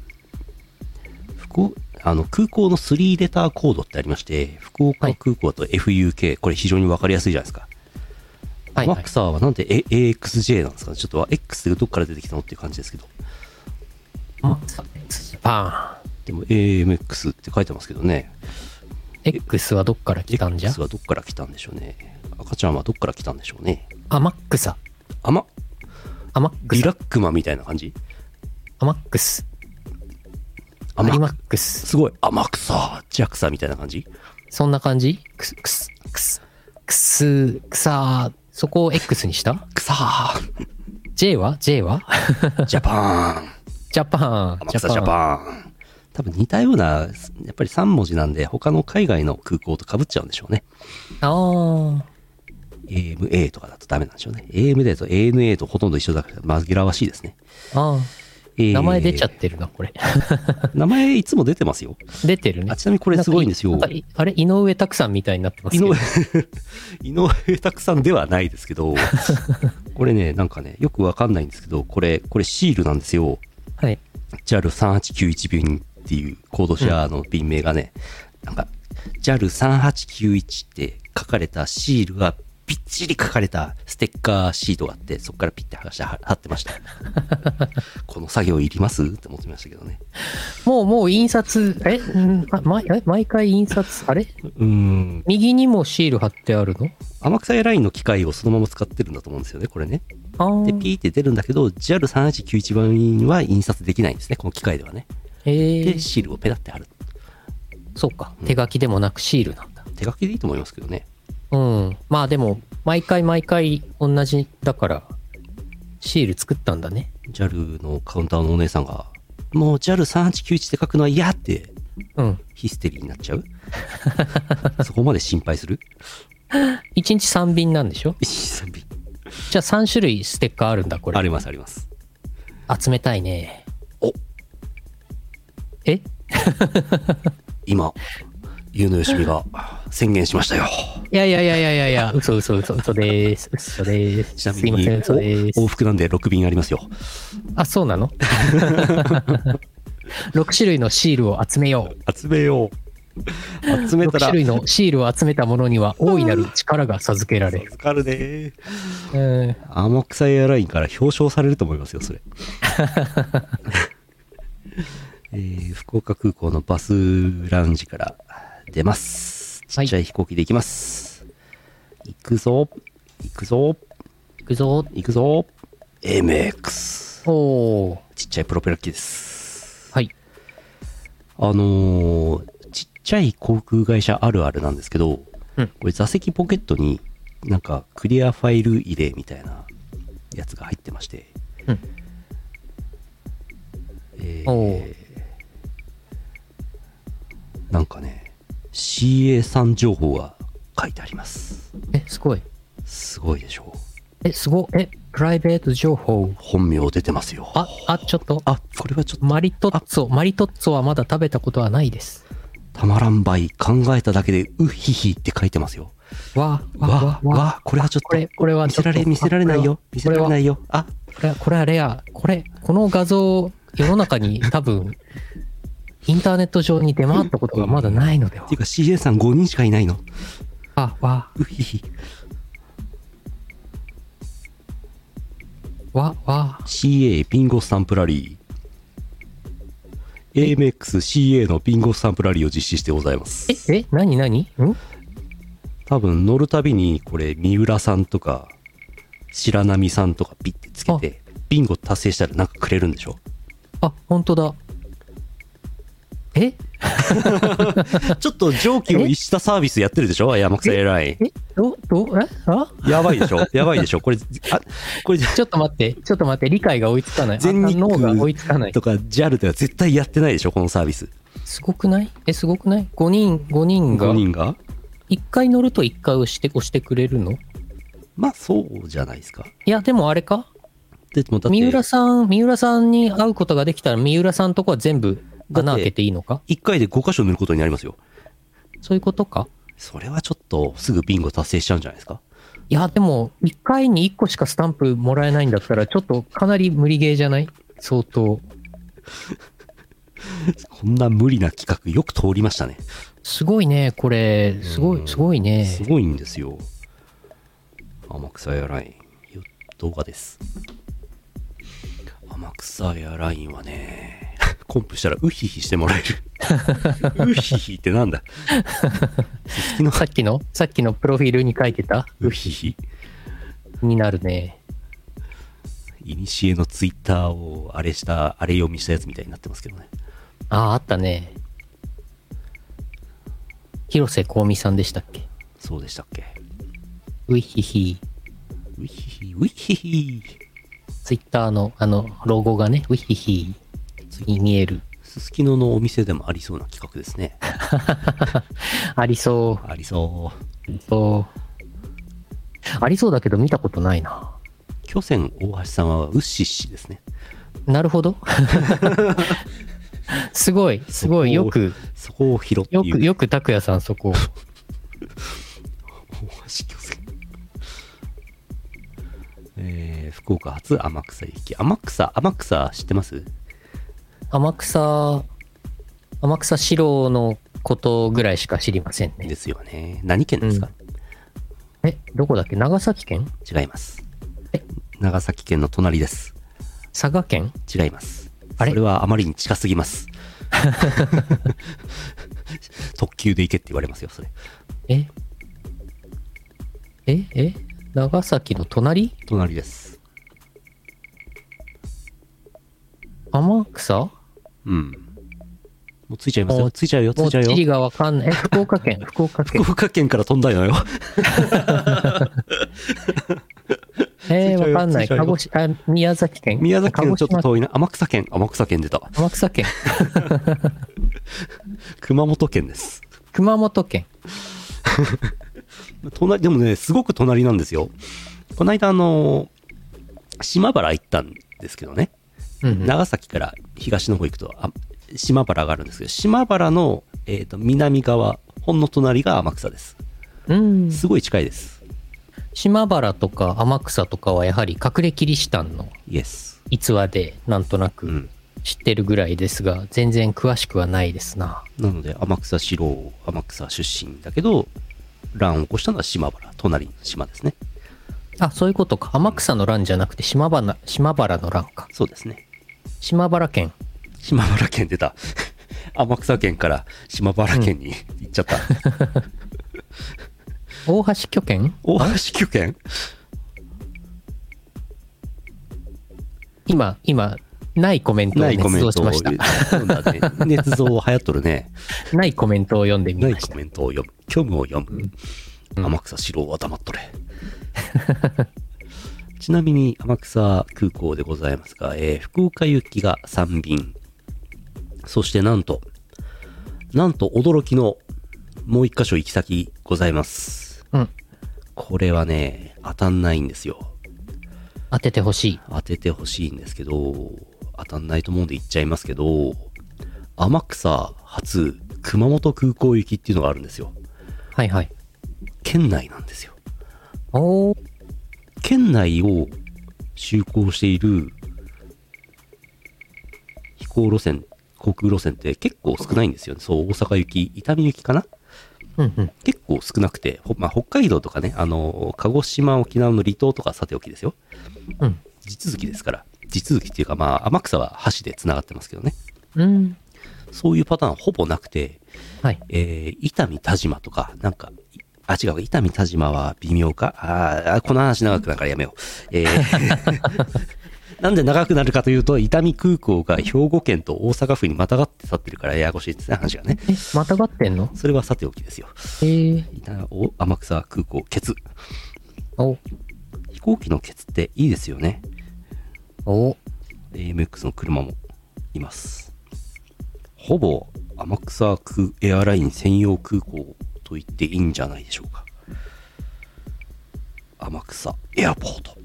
S1: 福岡あの空港の3レターコードってありまして、福岡空港だと FUK、これ非常にわかりやすいじゃないですか。
S2: はい
S1: マ
S2: は
S1: ッ
S2: い
S1: ク。サーはなんで A- AXJ なんですかねちょっと X ってどっから出てきたのっていう感じですけど。
S2: パ
S1: でも AMX って書いてますけどね。
S2: ン。X はどっから来たんじゃ
S1: X はどっから来たんでしょうね。赤ちゃんはどっから来たんでしょうね。
S2: アマックサ。
S1: あま、
S2: アマック
S1: リ
S2: サ。
S1: ラックマみたいな感じ
S2: アマックス。ア
S1: あま
S2: マックス。
S1: すごい。甘くさ、弱さみたいな感じ
S2: そんな感じくす、くす、くす、くす、くさーそこを X にした
S1: くさー
S2: ?J は ?J は
S1: ジャ パーン
S2: ジャパン。
S1: 天草ジャパン。多分似たような、やっぱり3文字なんで、他の海外の空港と被っちゃうんでしょうね。
S2: ン。あ
S1: AMA とかだとダメなんでしょうね。AMA と ANA とほとんど一緒だから紛らわしいですね。
S2: あ。ああ。
S1: えー
S2: 名前出ちゃってるな、これ。
S1: 名前いつも出てますよ。
S2: 出てるね
S1: あ。ちなみにこれすごいんですよ。
S2: なかいあれ井上拓さんみたいになってます
S1: 井
S2: けど
S1: 上。、井上 拓さんではないですけど、これね、なんかね、よくわかんないんですけど、これ、これシールなんですよ。
S2: はい。
S1: JAL3891 便っていうコードシェアの便名がね、なんか、JAL3891 って書かれたシールがびっちり書かれたステッカーシートがあって、そこからピッて剥がして貼貼ってました。この作業いりますって思ってましたけどね。
S2: もう、もう印刷、え、うんあま、え毎回印刷、あれ
S1: うーん。
S2: 右にもシール貼ってあるの
S1: 天草エアラインの機械をそのまま使ってるんだと思うんですよね、これね。
S2: あ
S1: で、
S2: ー
S1: ピーって出るんだけど、JAL3891 番は印刷できないんですね、この機械ではね。
S2: え
S1: で、
S2: ー、
S1: シールをペタって貼る。
S2: そうか。手書きでもなくシールなんだ。
S1: 手書きでいいと思いますけどね。
S2: うん。まあでも、毎回毎回同じだから、シール作ったんだね。
S1: JAL のカウンターのお姉さんが、もう JAL3891 って書くのは嫌って
S2: うん。
S1: ヒステリーになっ ちゃうそこまで心配する
S2: 1日3便なんでしょ
S1: 一時三
S2: じゃあ3種類ステッカーあるんだ、こ
S1: 便あ
S2: れ。
S1: りますあります。
S2: 集めたいね。
S1: お
S2: え
S1: 今、ゆうのよしみが宣言しましたよ。
S2: いやいやいやいやいやいや、嘘嘘嘘嘘でーす。嘘でー
S1: ちな
S2: す。す
S1: み
S2: いま
S1: に、
S2: せん、嘘でー
S1: お往
S2: す。
S1: 復なんで6便ありますよ。
S2: あ、そうなの6種類のシールを集めよう。
S1: 集めよう。集め
S2: 6
S1: たら
S2: 種、類のシールを集めたものには大いなる力が授けられる。
S1: 助かるね。
S2: うん
S1: 天草エアラインから表彰されると思いますよ、そ れ。えー福岡空港のバスラウンジから出ます。ち
S2: はい
S1: っちゃい飛行機で行きます。行くぞ、行くぞ、
S2: 行くぞ。
S1: 行くぞ。MX。
S2: おー。
S1: ちっちゃいプロペラ機です。
S2: はい。
S1: あのーちっちゃい航空会社あるあるなんですけど、
S2: うん
S1: これ座席ポケットになんかクリアファイル入れみたいなやつが入ってまして、
S2: うん
S1: えー
S2: おー
S1: なんかね CA さん情報が書いてあります
S2: え、すごい。
S1: すごいでしょう
S2: え、すごい。え、プライベート情報。
S1: 本名出てますよ
S2: あ、あ、ちょっと。
S1: あこれはちょっと
S2: マリトッツォ、マリトッツォはまだ食べたことはないです。
S1: たまらんばい考えただけでうひひって書いてますよ
S2: わ、
S1: わ
S2: わ、わ、わ。
S1: わこれはちょっと
S2: これ、これは
S1: 見
S2: ちょ
S1: せ
S2: っ
S1: ら
S2: と
S1: れ見せられないよ見せられないよあ
S2: これは、これはレア。これ、この画像、世の 中に多分、インターネット上に出回ったことがまだないのでは
S1: っていう。か CA さん5人しかいないの
S2: あ、わ、
S1: うひひ
S2: わ、わ。
S1: CA ビンゴスタンプラリー AMXCA のビンゴスタンプラリーを実施してございます
S2: え、え、なになにん
S1: 多分乗るたびにこれ三浦さんとか白波さんとかピッてつけてビンゴ達成したらなんかくれるんでし ょ
S2: あ、ほんとだ。え
S1: ちょっと上記を逸したサービスやってるでしょ山草エアライン
S2: えど、ど、えあ
S1: やばいでしょやばいでしょこれあこれ
S2: ちょっと待って、ちょっと待って、理解が追いつかない。
S1: 全日
S2: あ脳
S1: 空
S2: が追いつかない
S1: と。か JAL では絶対やってないでしょこのサービス
S2: すごくないえ、すごくない ?5 人、5人が
S1: 5、人が
S2: 1回乗ると1回押して、押してくれるの
S1: まあそうじゃないですか
S2: いや、でもあれか
S1: でもだって
S2: 三浦さん、三浦さんに会うことができたら、三浦さんとこは全部穴開けていいのか
S1: 1回で5箇所塗ることになりますよ
S2: そういうことか
S1: それはちょっとすぐビンゴ達成しちゃうんじゃないですか
S2: いや、でも、1回に1個しかスタンプもらえないんだったら、ちょっとかなり無理ゲーじゃない相当。
S1: こんな無理な企画よく通りましたね
S2: すごいね、これ。すご
S1: う
S2: い、
S1: ん
S2: すごいね。
S1: すごいんですよ天草エアラインよ動画です天草エアラインはねコンプしたらウヒヒしてもらえるウヒヒってなんだすすきの
S2: さっきの、さっきのプロフィールに書いてた
S1: ウヒヒ
S2: になるね。
S1: いにしえのツイッターをあれしたあれ読みしたやつみたいになってますけどね
S2: ああ、あったね。広瀬香美さんでしたっけ
S1: そうでしたっけ
S2: ういひひ。
S1: ウィヒヒウィヒヒ
S2: ツイッターの、あの、ロゴがね、ういひひに見える。
S1: すすきののお店でもありそうな企画ですね
S2: ありそう。
S1: ありそう
S2: そう。ありそうだけど見たことないな。
S1: 巨泉大橋さんはウッシッシですね
S2: なるほど。 すごい、すごい。よく、
S1: そこを拾って
S2: よ
S1: い
S2: く、
S1: る
S2: よく拓也さんそこ。
S1: 大橋巨泉 えー、福岡発天草駅天草天草知ってます
S2: 天草、天草四郎のことぐらいしか知りませんね。
S1: ですよね何県ですか、
S2: え、どこだっけ長崎県
S1: 違います
S2: え
S1: 長崎県の隣です
S2: 佐賀県
S1: 違います
S2: あれ
S1: それはあまりに近すぎます 特急で行けって言われますよそれ
S2: えええ長崎の隣
S1: 隣です
S2: 天草
S1: うんもうついちゃいます
S2: も
S1: よ
S2: う
S1: ついちゃうよつ
S2: も
S1: いうちゃう
S2: 地
S1: よ
S2: 理がわかんない。え、福岡 県、福岡県。
S1: 福岡県から飛んだの よ
S2: えー、わかんない。
S1: ついちゃうよ
S2: 鹿児島、あ宮崎県。
S1: 宮崎県
S2: 鹿
S1: はちょ
S2: 児
S1: っと
S2: 島
S1: 遠いな天草県天草県出た
S2: 天草県、
S1: 熊本県です
S2: 熊本県。
S1: 隣でもねすごく隣なんですよこの間あの島原行ったんですけどね
S2: うんうん、
S1: 長崎から東の方行くとあ島原があるんですけど島原の、えー、と南側ほんの隣が天草です
S2: うん、
S1: すごい近いです
S2: 島原とか天草とかはやはり隠れキリシタンの
S1: イエス
S2: 逸話でなんとな
S1: う
S2: く
S1: ん
S2: 知ってるぐらいですが、全然詳しくはないですな。
S1: なので天草四郎天草出身だけど乱を起こしたのは島原隣の島ですね
S2: あ、そういうことか。天草の乱じゃなくて島原、島原の乱か。
S1: そうですね
S2: 島原県。
S1: 島原県出た 天草県から島原県に行っちゃった、
S2: 大橋拠県
S1: 大橋拠 県
S2: 今、今、ないコメントを
S1: ない
S2: 捏
S1: コメント
S2: 造
S1: を
S2: し ました。
S1: そうだね捏造流行っとるね
S2: ないコメントを読んでみ
S1: ない
S2: まし
S1: コ
S2: た。
S1: メントを読む虚無を読む、天草四郎は黙っとれ ちなみに天草空港でございますが、えー福岡行きが3便そしてなんとなんと驚きのもう一箇所行き先ございます
S2: うん。
S1: これはね当たんないんですよ
S2: 当ててほしい。
S1: 当ててほしいんですけど当たんないと思うんで言っちゃいますけど天草発熊本空港行きっていうのがあるんですよ
S2: はいはい。
S1: 県内なんですよ
S2: おー
S1: 県内を就航している飛行路線航空路線って結構少ないんですよねそう大阪行き伊丹行きかな
S2: うんうん。
S1: 結構少なくて、ほまあ、北海道とかねあの鹿児島沖縄の離島とかさておきですよ
S2: うん。
S1: 地続きですから地続きっていうかまあ天草は橋でつながってますけどね
S2: うん。
S1: そういうパターンほぼなくて、
S2: はい。
S1: えー、伊丹田島とか、なんか、いあ、違う、伊丹田島は微妙か。あーあ、この話長くなるからやめよう。えーなんで長くなるかというと、伊丹空港が兵庫県と大阪府にまたがって立ってるからややこしいですね、話がね。
S2: え、またがってんの
S1: それはさておきですよ。
S2: えー、
S1: 伊丹お天草空港、ケツ。
S2: お、
S1: 飛行機のケツっていいですよね。
S2: お、
S1: AMX の車もいますほぼ天草空エアライン専用空港と言っていいんじゃないでしょうか天草エアポート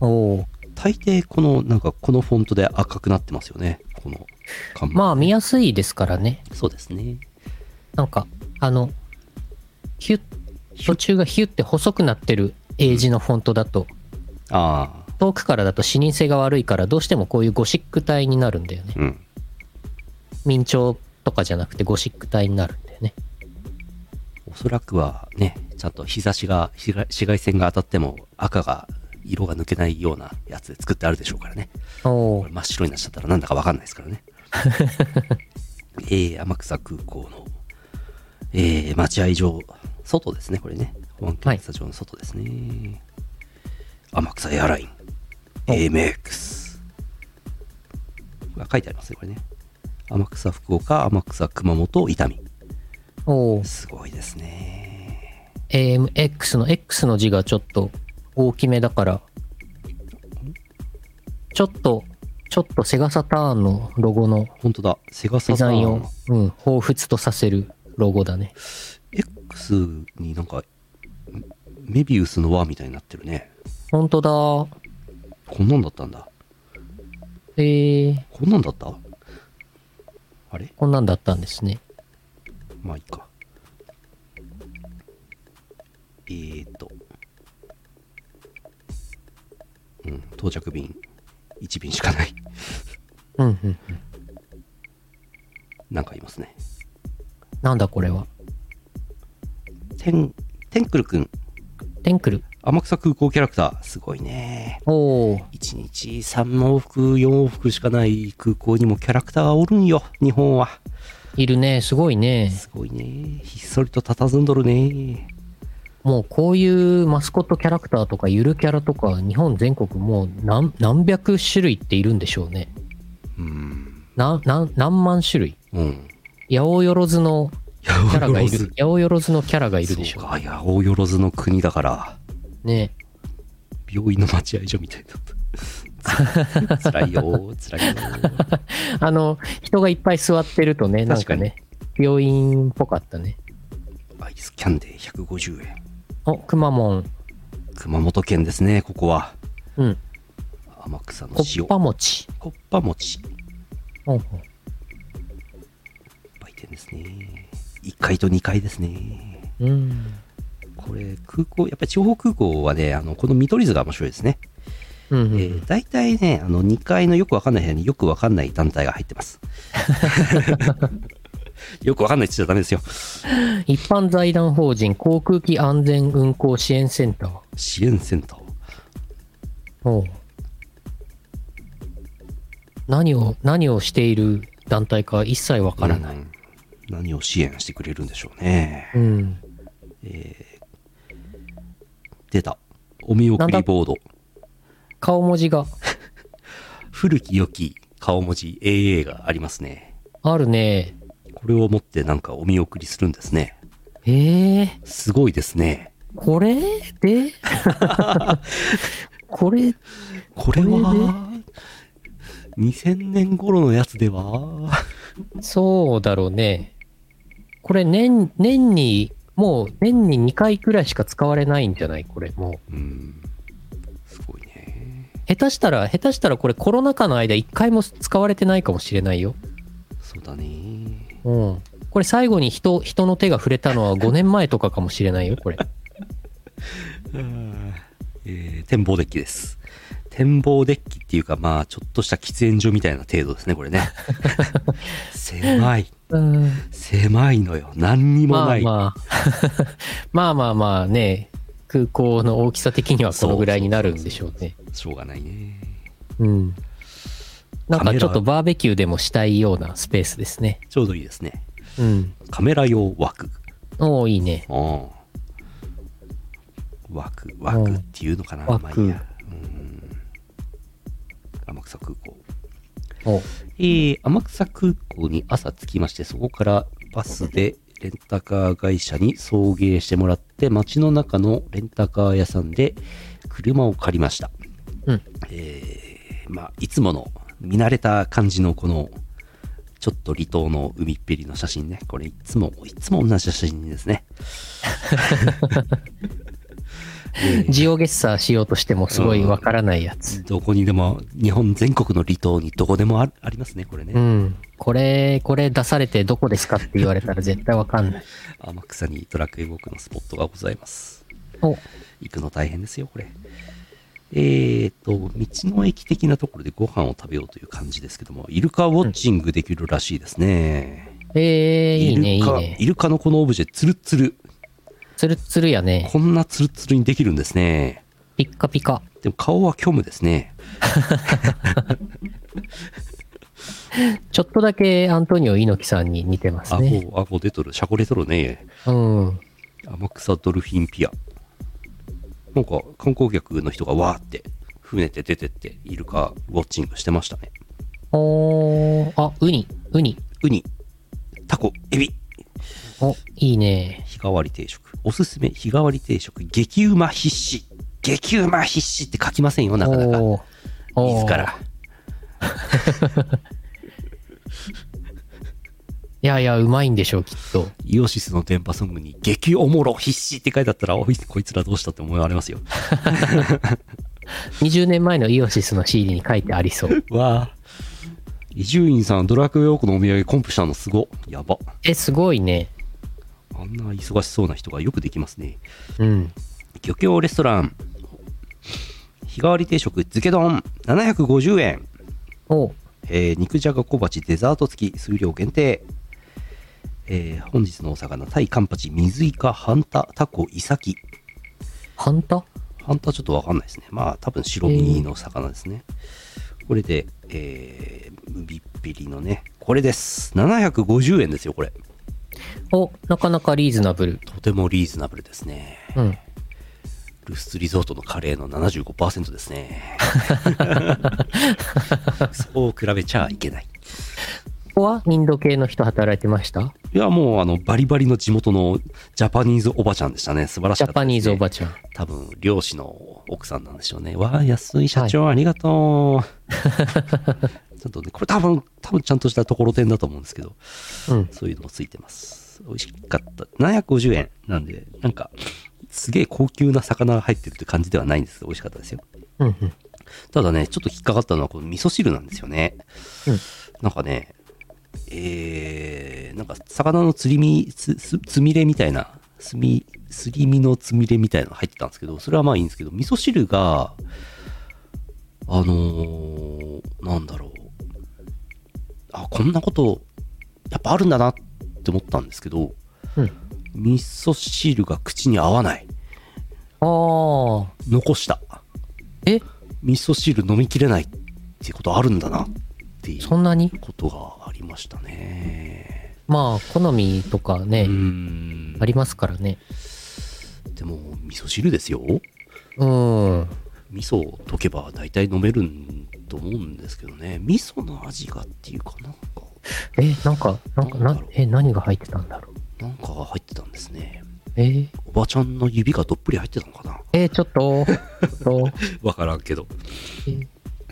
S2: おー。
S1: 大抵このなんかこのフォントで赤くなってますよねこの看板
S2: まあ見やすいですからね。
S1: そうですね
S2: なんか、あの、ヒュッ、途中がヒュッて細くなってる英字のフォントだと、
S1: ああ
S2: 遠くからだと視認性が悪いから、どうしてもこういうゴシック体になるんだよね。
S1: うん
S2: 明朝とかじゃなくてゴシック体になるんだよね。
S1: おそらくはねちゃんと日差しが紫外紫外線が当たっても赤が色が抜けないようなやつで作ってあるでしょうからねこ
S2: おー
S1: れ真っ白になっちゃったらなんだかわかんないですからね。えー、天草空港の、えー、待合場、外ですね、これね。保安検査場の外ですね。天草エアライン、AMX。あ書いてありますね、これね。天草福岡、天草熊本、伊丹。
S2: おー
S1: すごいですね。
S2: AMX の X の字がちょっと大きめだから、ちょっと、ちょっとセガサターンのロゴの
S1: 本当だ、セガサ
S2: デ
S1: タ
S2: ザイン
S1: ーン
S2: を、うん、彷彿とさせるロゴだね。
S1: X になんか、メビウスの輪みたいになってるね。
S2: ほんとだー。
S1: こんなんだったんだ。
S2: えー、
S1: こんなんだったあれ
S2: こんなんだったんですね。
S1: まあいいか。えーと。うん、到着便、1便しかない。
S2: うんうん。
S1: なんかいますね。
S2: なんだこれは。
S1: てん、てんくるくん、
S2: テンクル。
S1: 天草空港キャラクター、すごいね。
S2: おー。
S1: 1日3往復、4往復しかない空港にもキャラクターがおるんよ、日本は。
S2: いるね。すごいね。
S1: すごいね。ひっそりと佇んどるね。
S2: もうこういうマスコットキャラクターとかゆるキャラとか日本全国もう何何百種類っているんでしょうね。
S1: うん。
S2: な、な、何万種類
S1: うん。
S2: 八百万の
S1: キ
S2: キャラがいる。八百万のキャラがいるでし
S1: そう
S2: ょ
S1: か、いや、大よろずの国だから、
S2: うね。
S1: 病院の待合所みたいになった。 つらいよ、つらいよ。
S2: あの、人がいっぱい座ってるとね、なんかね、病院っぽかったね。
S1: アイスキャンデー150円。
S2: お、くまモン。
S1: 熊本県ですね、ここは。
S2: うん。
S1: 天草の
S2: こ
S1: 塩。
S2: っぱ餅。
S1: こっぱ餅。
S2: うんうん。
S1: 売店ですね。1階と2階ですね。
S2: うん。
S1: これ、空港、やっぱり地方空港はね、あの、この見取り図が面白いですね。
S2: うんうん
S1: えー、大体ね、あの2階のよくわかんない部屋によくわかんない団体が入って ます。よくわかんないって言っちゃダメですよ。
S2: 一般財団法人航空機安全運航支援センター。
S1: 支援センター。
S2: おう何を、何をしている団体か一切わからない。
S1: うん何を支援してくれるんでしょうね。
S2: うん。
S1: 出た。お見送りボード。
S2: 顔文字が
S1: 古き良き顔文字 AA がありますね。
S2: あるね。
S1: これを持ってなんかお見送りするんですね。
S2: ええ
S1: すごいですね。
S2: これ でこれ、
S1: これは、2000年頃のやつでは、
S2: そうだろうね。これ年、年に、もう年に2回くらいしか使われないんじゃないこれも
S1: うん、すごいね。
S2: う。下手したら、下手したらこれコロナ禍の間1回も使われてないかもしれないよ。
S1: そうだね。
S2: うん。これ最後に人、人の手が触れたのは5年前とかかもしれないよ、これ。
S1: えー展望デッキです。展望デッキっていうか、まあ、ちょっとした喫煙所みたいな程度ですね、これね。 狭い。
S2: うん。
S1: 狭いのよ。何にも
S2: ま
S1: な
S2: あ
S1: い。
S2: まあ。まあまあまあね、空港の大きさ的にはこのぐらいになるんでしょうね。
S1: しょうがないね。
S2: うん。な
S1: カメ
S2: んか
S1: ラ
S2: ちょっとバーベキューでもしたいようなスペースですね。
S1: ちょうどいいですね。
S2: うん。
S1: カメラ用枠。
S2: おおいいね。
S1: うん枠、枠っていうのかな、
S2: うん
S1: まあいいや。うん。天草空港。
S2: お
S1: えー、天草空港に朝着きまして、そこからバスでレンタカー会社に送迎してもらって、街の中のレンタカー屋さんで車を借りました。
S2: うん。
S1: えーまあ、いつもの見慣れた感じのこの、ちょっと離島の海っぺりの写真ね。これいつも、いつも同じ写真です ね。えー
S2: ジオゲッサーしようとしてもすごいわからないやつ。
S1: どこにでも、日本全国の離島にどこでもあありますね、これね。
S2: うん。これ、これ出されてどこですかって言われたら絶対わかんない。
S1: 天草にドラクエウォークのスポットがございます。
S2: お
S1: 行くの大変ですよ、これ。えーと、道の駅的なところでご飯を食べようという感じですけども、イルカウォッチングできるらしいですね。
S2: えー、いいね、
S1: イ
S2: いい
S1: ルカ
S2: ね。
S1: イルカのこのオブジェ、ツルツル。
S2: つるつるやね。
S1: こんなツルツルにできるんですね。
S2: ピッカピカ。
S1: でも顔は虚無ですね。
S2: ちょっとだけアントニオ猪木さんに似てます
S1: 顎、
S2: ね。
S1: 顎出とる、シャコ出とるね。
S2: うん。
S1: 天草ドルフィンピア。なんか観光客の人がわーって船で出てってイルカウォッチングしてましたね。
S2: おー、あ、ウニ、ウニ。
S1: ウニ、タコ、エビ、
S2: お、いいね。
S1: 日替わり定食。おすすめ日替わり定食。激うま必至。激うま必至って書きませんよ、なかなか。
S2: おーおー
S1: 自ら。
S2: いやいや、うまいんでしょう、きっと。
S1: イオシスの電波ソングに激おもろ必至って書いてあったら、おい、こいつらどうしたって思われますよ。
S2: 20年前のイオシスの CD に書いてあ りそう。
S1: わあ。伊集院さん、ドラクエウォークのお土産コンプしたのすご。やば。
S2: え、すごいね。
S1: あんな忙しそうな人がよくできますね。
S2: うん。
S1: 漁協レストラン。日替わり定食、漬け丼、750円。
S2: お
S1: えー肉じゃが小鉢デザート付き数量限定、えー本日のお魚タイカンパチ水イカハンタタコイサキ
S2: ハンタ
S1: ハンタちょっとわかんないですねまあ多分白身の魚ですね、これでえー、びっぴりのねこれです750円ですよこれ
S2: お、なかなかリーズナブル。
S1: とてもリーズナブルですね
S2: うん。
S1: ルスツリゾートのカレーの75%です ねそう比べちゃいけない
S2: ここはインド系の人働いてました
S1: いや、もう、あの、バリバリの地元のジャパニーズおばちゃんでしたね。素晴らし
S2: ジ
S1: か
S2: ャ
S1: ったで
S2: パ
S1: す、ね。
S2: ニーズおばちゃん。
S1: 多分、漁師の奥さんなんでしょうね。わあ、安い社長、ありがとう。ち ゃんとね、これ多分、多分ちゃんとしたところ店だと思うんですけど、
S2: うん。
S1: そういうのもついてます。美味しかった。750円なんで、なんか、すげえ高級な魚が入ってるって感じではないんですけど、美味しかったですよ。
S2: うんうん。
S1: ただね、ちょっと引っかかったのは、この味噌汁なんですよね。
S2: うん
S1: なんかね、えー、なんか、魚の釣り身、つ、つ、つみれみたいな、すみ、すり身のつみれみたいなの入ってたんですけど、それはまあいいんですけど、味噌汁が、あのーなんだろうあこんなことやっぱあるんだなって思ったんですけど、
S2: うん
S1: 味噌汁が口に合わない
S2: ああ。
S1: 残した
S2: え
S1: 味噌汁飲みきれないっていうことあるんだなっていう
S2: そんなに
S1: ことがありましたね
S2: まあ、好みとか
S1: う
S2: ね、
S1: ん
S2: ありますからね。
S1: でも味噌汁ですよ
S2: うん。
S1: 味噌を溶けば大体飲めるんと思うんですけどね味噌の味がっていうかなんか
S2: え、なんか、なんか、
S1: なん
S2: な
S1: だろう、
S2: え、何が入ってたんだろう。
S1: なんかが入ってたんですね
S2: えー
S1: おばちゃんの指がどっぷり入ってたのかな
S2: えーちょっと、ちょっと、
S1: 分からんけど
S2: え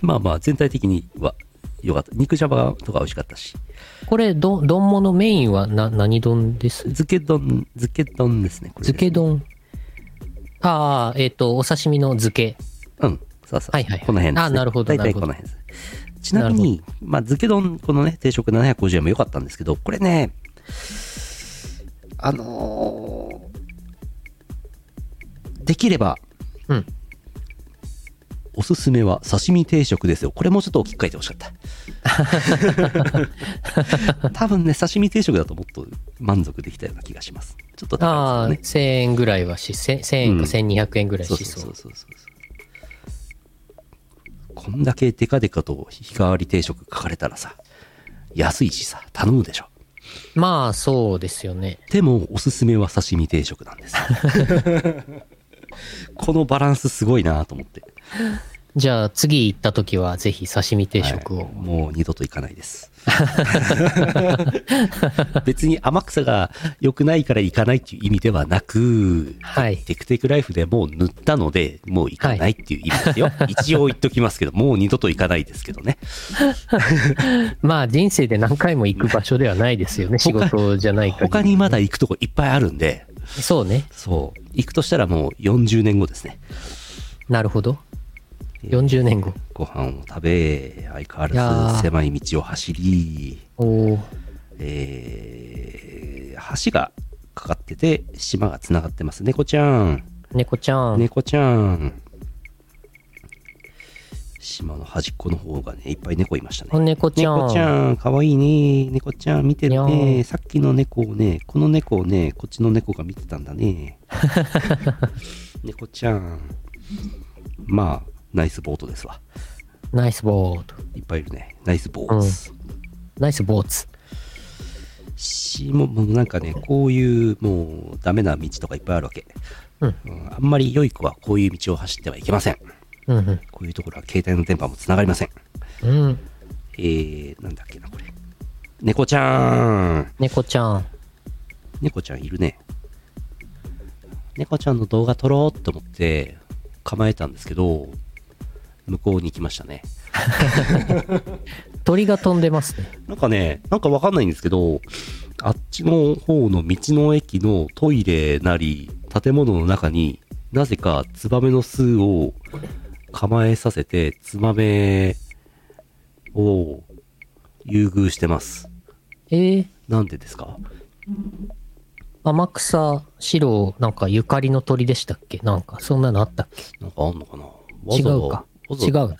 S1: まあまあ全体的には良かった肉じゃばとか美味しかったし
S2: これ、ど、丼物メインはな、何丼です
S1: 漬け丼漬け丼ですねこれ
S2: 漬け丼。ああ、えっ、と、お刺身の漬け。
S1: うん、そうそう。
S2: はいはいはい
S1: この辺です、ね。
S2: あなるほど
S1: 大
S2: なる
S1: 体
S2: ほ
S1: こ
S2: ど
S1: の辺です。ちなみに、まあ、漬け丼、このね、定食750円も良かったんですけど、これね、あのーできれば、
S2: うん
S1: おすすめは刺身定食ですよ。これもうちょっと大きく書いてほしか った。多分ね、刺身定食だともっと満足できたような気がします。ちょっと
S2: あ
S1: 高
S2: あ、
S1: いです
S2: 1000円ぐらいはし、1000 1000円
S1: うん
S2: か1200円ぐらい
S1: けどね。
S2: しそう。
S1: そうそうそうそう。こんだけデカデカと日替わり定食書かれたらさ、安いしさ、頼むでしょ。
S2: まあ、そうですよね。
S1: でも、おすすめは刺身定食なん です。このバランスすごいなと思って。
S2: じゃあ、次行った時は、ぜひ刺身定食を。
S1: はいもう二度と行かないです。 別に天草が良くないから行かないっていう意味ではなく、
S2: はい
S1: テクテクライフでもう塗ったので、もう行かないっていう意味ですよ。一応言っときますけど、もう二度と行かないですけどね。
S2: まあ、人生で何回も行く場所ではないですよね。仕事じゃないか ら。
S1: 他にまだ行くとこいっぱいあるんで、
S2: そうね。
S1: そう。行くとしたらもう40年後ですね。
S2: なるほど。
S1: えー
S2: 40年後。
S1: ご飯を食べ、相変
S2: いや
S1: わら
S2: ー
S1: ず狭い道を走り、
S2: おお。
S1: えー橋がかかってて、島がつながってます。猫ちゃん。
S2: 猫ちゃん。
S1: 猫ちゃん。島の端っこの方がね、いっぱい猫いました
S2: お
S1: ね。
S2: 猫ちゃん。
S1: 猫ちゃん、かわいいね。猫ちゃん、見てる
S2: にゃ
S1: ね。
S2: ん
S1: さっきの猫をね、この猫をね、こっちの猫が見てたんだ ね。猫ちゃん。まあ、ナイスボートですわ。
S2: ナイスボート。
S1: いっぱいいるね。ナイスボーツ。
S2: ナイスボーツ。
S1: しももうなんかね、こういうもうダメな道とかいっぱいあるわけ。
S2: うん
S1: うんあんまり良い子はこういう道を走ってはいけません。
S2: うんうん。
S1: こういうところは携帯の電波もつながりません。
S2: うん。
S1: えー、なんだっけな、これ。猫ちゃん。
S2: 猫ちゃん。
S1: 猫ちゃんいるね。猫ちゃんの動画撮ろうと思って構えたんですけど、向こうに行きましたね。
S2: 鳥が飛んでますね。
S1: なんかね、なんかわかんないんですけど、あっちの方の道の駅のトイレなり、建物の中になぜかツバメの巣を構えさせて、ツバメを優遇してます。
S2: えー、
S1: なんでですか
S2: 天草四郎、なんかゆかりの鳥でしたっけなんか、そんなのあったっけ
S1: なんかあんのかなわ
S2: 違
S1: ざ
S2: う
S1: わ
S2: か。
S1: わ
S2: 違う
S1: ざ
S2: な。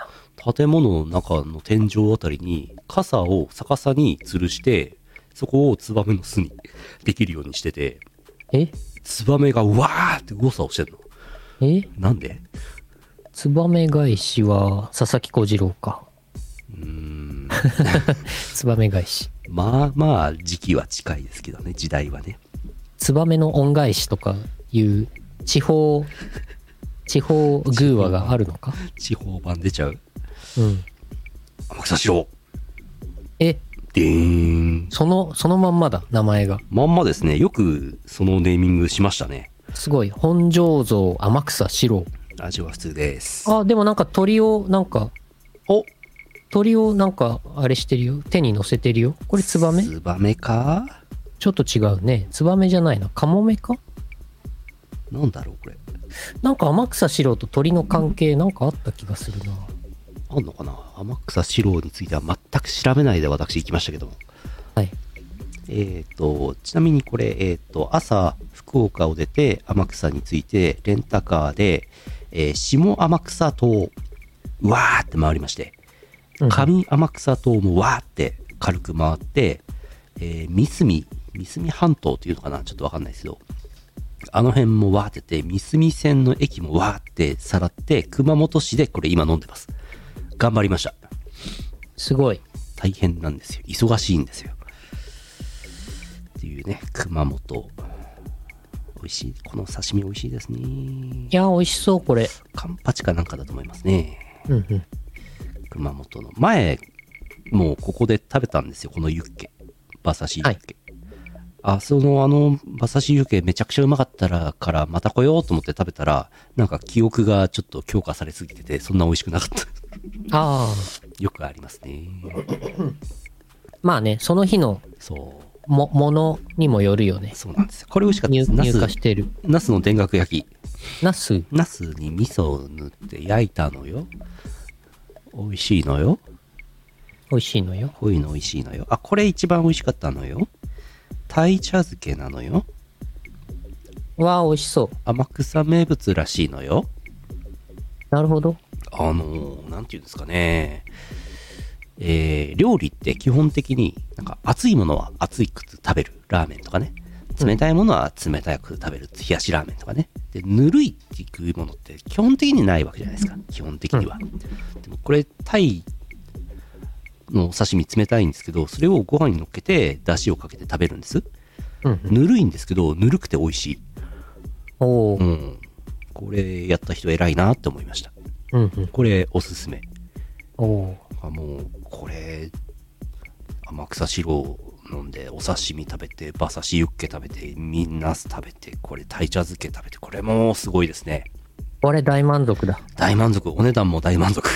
S1: 建物の中の天井あたりに傘を逆さに吊るして、そこをツバメの巣に できるようにしてて、
S2: え
S1: ツバメがうわーって動作をしてるの。
S2: え
S1: なんで
S2: ツバメ返しは佐々木小次郎か。
S1: うーん
S2: ツバメ返し。
S1: まあまあ時期は近いですけどね時代はね
S2: ツバメの恩返しとかいう 地方、地方偶話があるのか
S1: 地方版出ちゃう
S2: うん。
S1: 天草四郎
S2: え、
S1: でーん
S2: その、そのまんまだ、名前が。
S1: まんまですねよくそのネーミングしましたね
S2: すごい。本醸造、天草四郎。
S1: 味は普通です
S2: あ、でもなんか鳥を、なんか、
S1: お
S2: 鳥をなんか、あれしてるよ。手に乗せてるよ。これツバメ
S1: ツバメか
S2: ちょっと違うね。ツバメじゃないな。カモメか
S1: なんだろうこれ
S2: なんか天草四郎と鳥の関係なんかあった気がするな。
S1: あんのかな天草四郎については全く調べないで私行きましたけども
S2: はい。
S1: えっ、と、ちなみにこれ、えっ、と、朝、福岡を出て、天草に着いて、レンタカーで、えー下天草島、うわーって回りまして、上天草島もわーって軽く回って、えー三隅、三隅半島というのかなちょっとわかんないですけど、あの辺もわーってて、三隅線の駅もわーってさらって、熊本市でこれ今飲んでます。頑張りました。
S2: すごい。
S1: 大変なんですよ。忙しいんですよ。っていうね、熊本。美味しい。この刺身美味しいですね
S2: い。や、美味しそう、これ。
S1: カンパチかなんかだと思いますね。
S2: うんうん。
S1: 熊本の。前、もうここで食べたんですよ。このユッケ。馬刺しユッケ。あ、その、あの、馬刺しユッケめちゃくちゃうまかったらから、また来ようと思って食べたら、なんか記憶がちょっと強化されすぎてて、そんな美味しくなかった。
S2: あ
S1: よくありますね。
S2: あ。まあね、その日の
S1: そう。
S2: も、ものにもよるよね。
S1: そうなんですよ。これ美味しかったで
S2: 入
S1: す。
S2: 入
S1: ナ
S2: 荷
S1: ス
S2: してる。
S1: ナスの田楽焼き。
S2: ナス。
S1: ナスに味噌を塗って焼いたのよ。美味しいのよ。
S2: 美味しいのよ。
S1: こういうの美味しいのよ。あ、これ一番美味しかったのよ。タイ茶漬けなのよ。
S2: わあ、美味しそう。
S1: 天草名物らしいのよ。
S2: なるほど。
S1: あのー、なんていうんですかね。えー、料理って基本的になんか熱いものは熱いくつ食べる。ラーメンとかね。冷たいものは冷たく食べる。冷やしラーメンとかね。で、ぬるいっていうものって基本的にないわけじゃないですか。基本的には。でもこれ、タイのお刺身冷たいんですけど、それをご飯に乗っけて、出汁をかけて食べるんです。
S2: うんうん。
S1: ぬるいんですけど、ぬるくて美味しい。
S2: おお
S1: う。ん。これやった人偉いなって思いました。
S2: うんうん。
S1: これおすすめ。
S2: おお。
S1: あもう、これ、天草四郎飲んで、お刺身食べて、馬刺しユッケ食べて、みんなす食べて、これ、鯛茶漬け食べて、これもすごいですね。
S2: これ大満足だ。
S1: 大満足。お値段も大満足。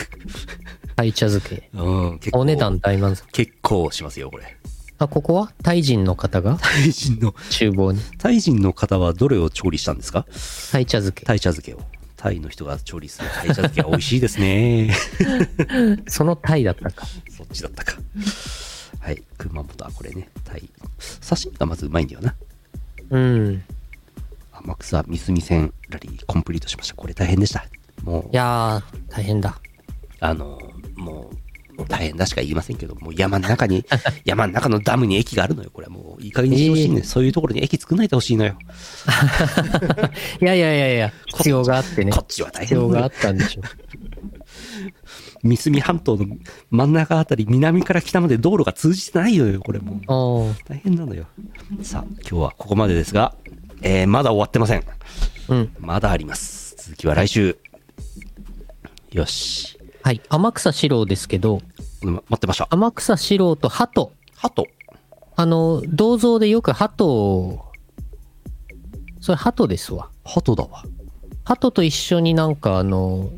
S2: タイ茶漬け。
S1: うん、結構。
S2: お値段大満足。
S1: 結構しますよ、これ。
S2: あ、ここはタイ人の方 が
S1: タイ人の、
S2: 厨房に。
S1: タイ人の方はどれを調理したんですか
S2: タイ茶漬け。
S1: タイ茶漬けを。タイの人が調理するタイ茶漬けは美味しいです ね。
S2: そのタイだったか。
S1: そっちだったか。はい。熊本はこれね、タイ。刺身がまずうまいんだよな。
S2: うん。
S1: 天草三隅線ラリーコンプリートしました。これ大変でした。も、
S2: いうやー、大変だ。
S1: あの、もう、大変だしか言いませんけど、もう山の中に、 山の中のダムに駅があるのよ。これはもう、いい加減にしてほしいね。そういうところに駅作んないでほしいのよ。
S2: いやいやいやいや、必要があってね
S1: こ。っちは大
S2: 必
S1: 変
S2: 要
S1: だ
S2: があ
S1: よ
S2: ったんでしょう。
S1: 三隅半島の真ん中あたり、南から北まで道路が通じてないのよ。これ もう、
S2: おお。
S1: 大変なのよ。さあ、今日はここまでですが、えー、まだ終わってません。
S2: うん。
S1: まだあります。続きは来週。よし。
S2: はい。天草四郎ですけど、
S1: ま待ってました。
S2: 天草四郎と鳩。
S1: 鳩。
S2: あの、銅像でよく鳩を、それ鳩ですわ。
S1: 鳩だわ。
S2: 鳩と一緒になんかあの、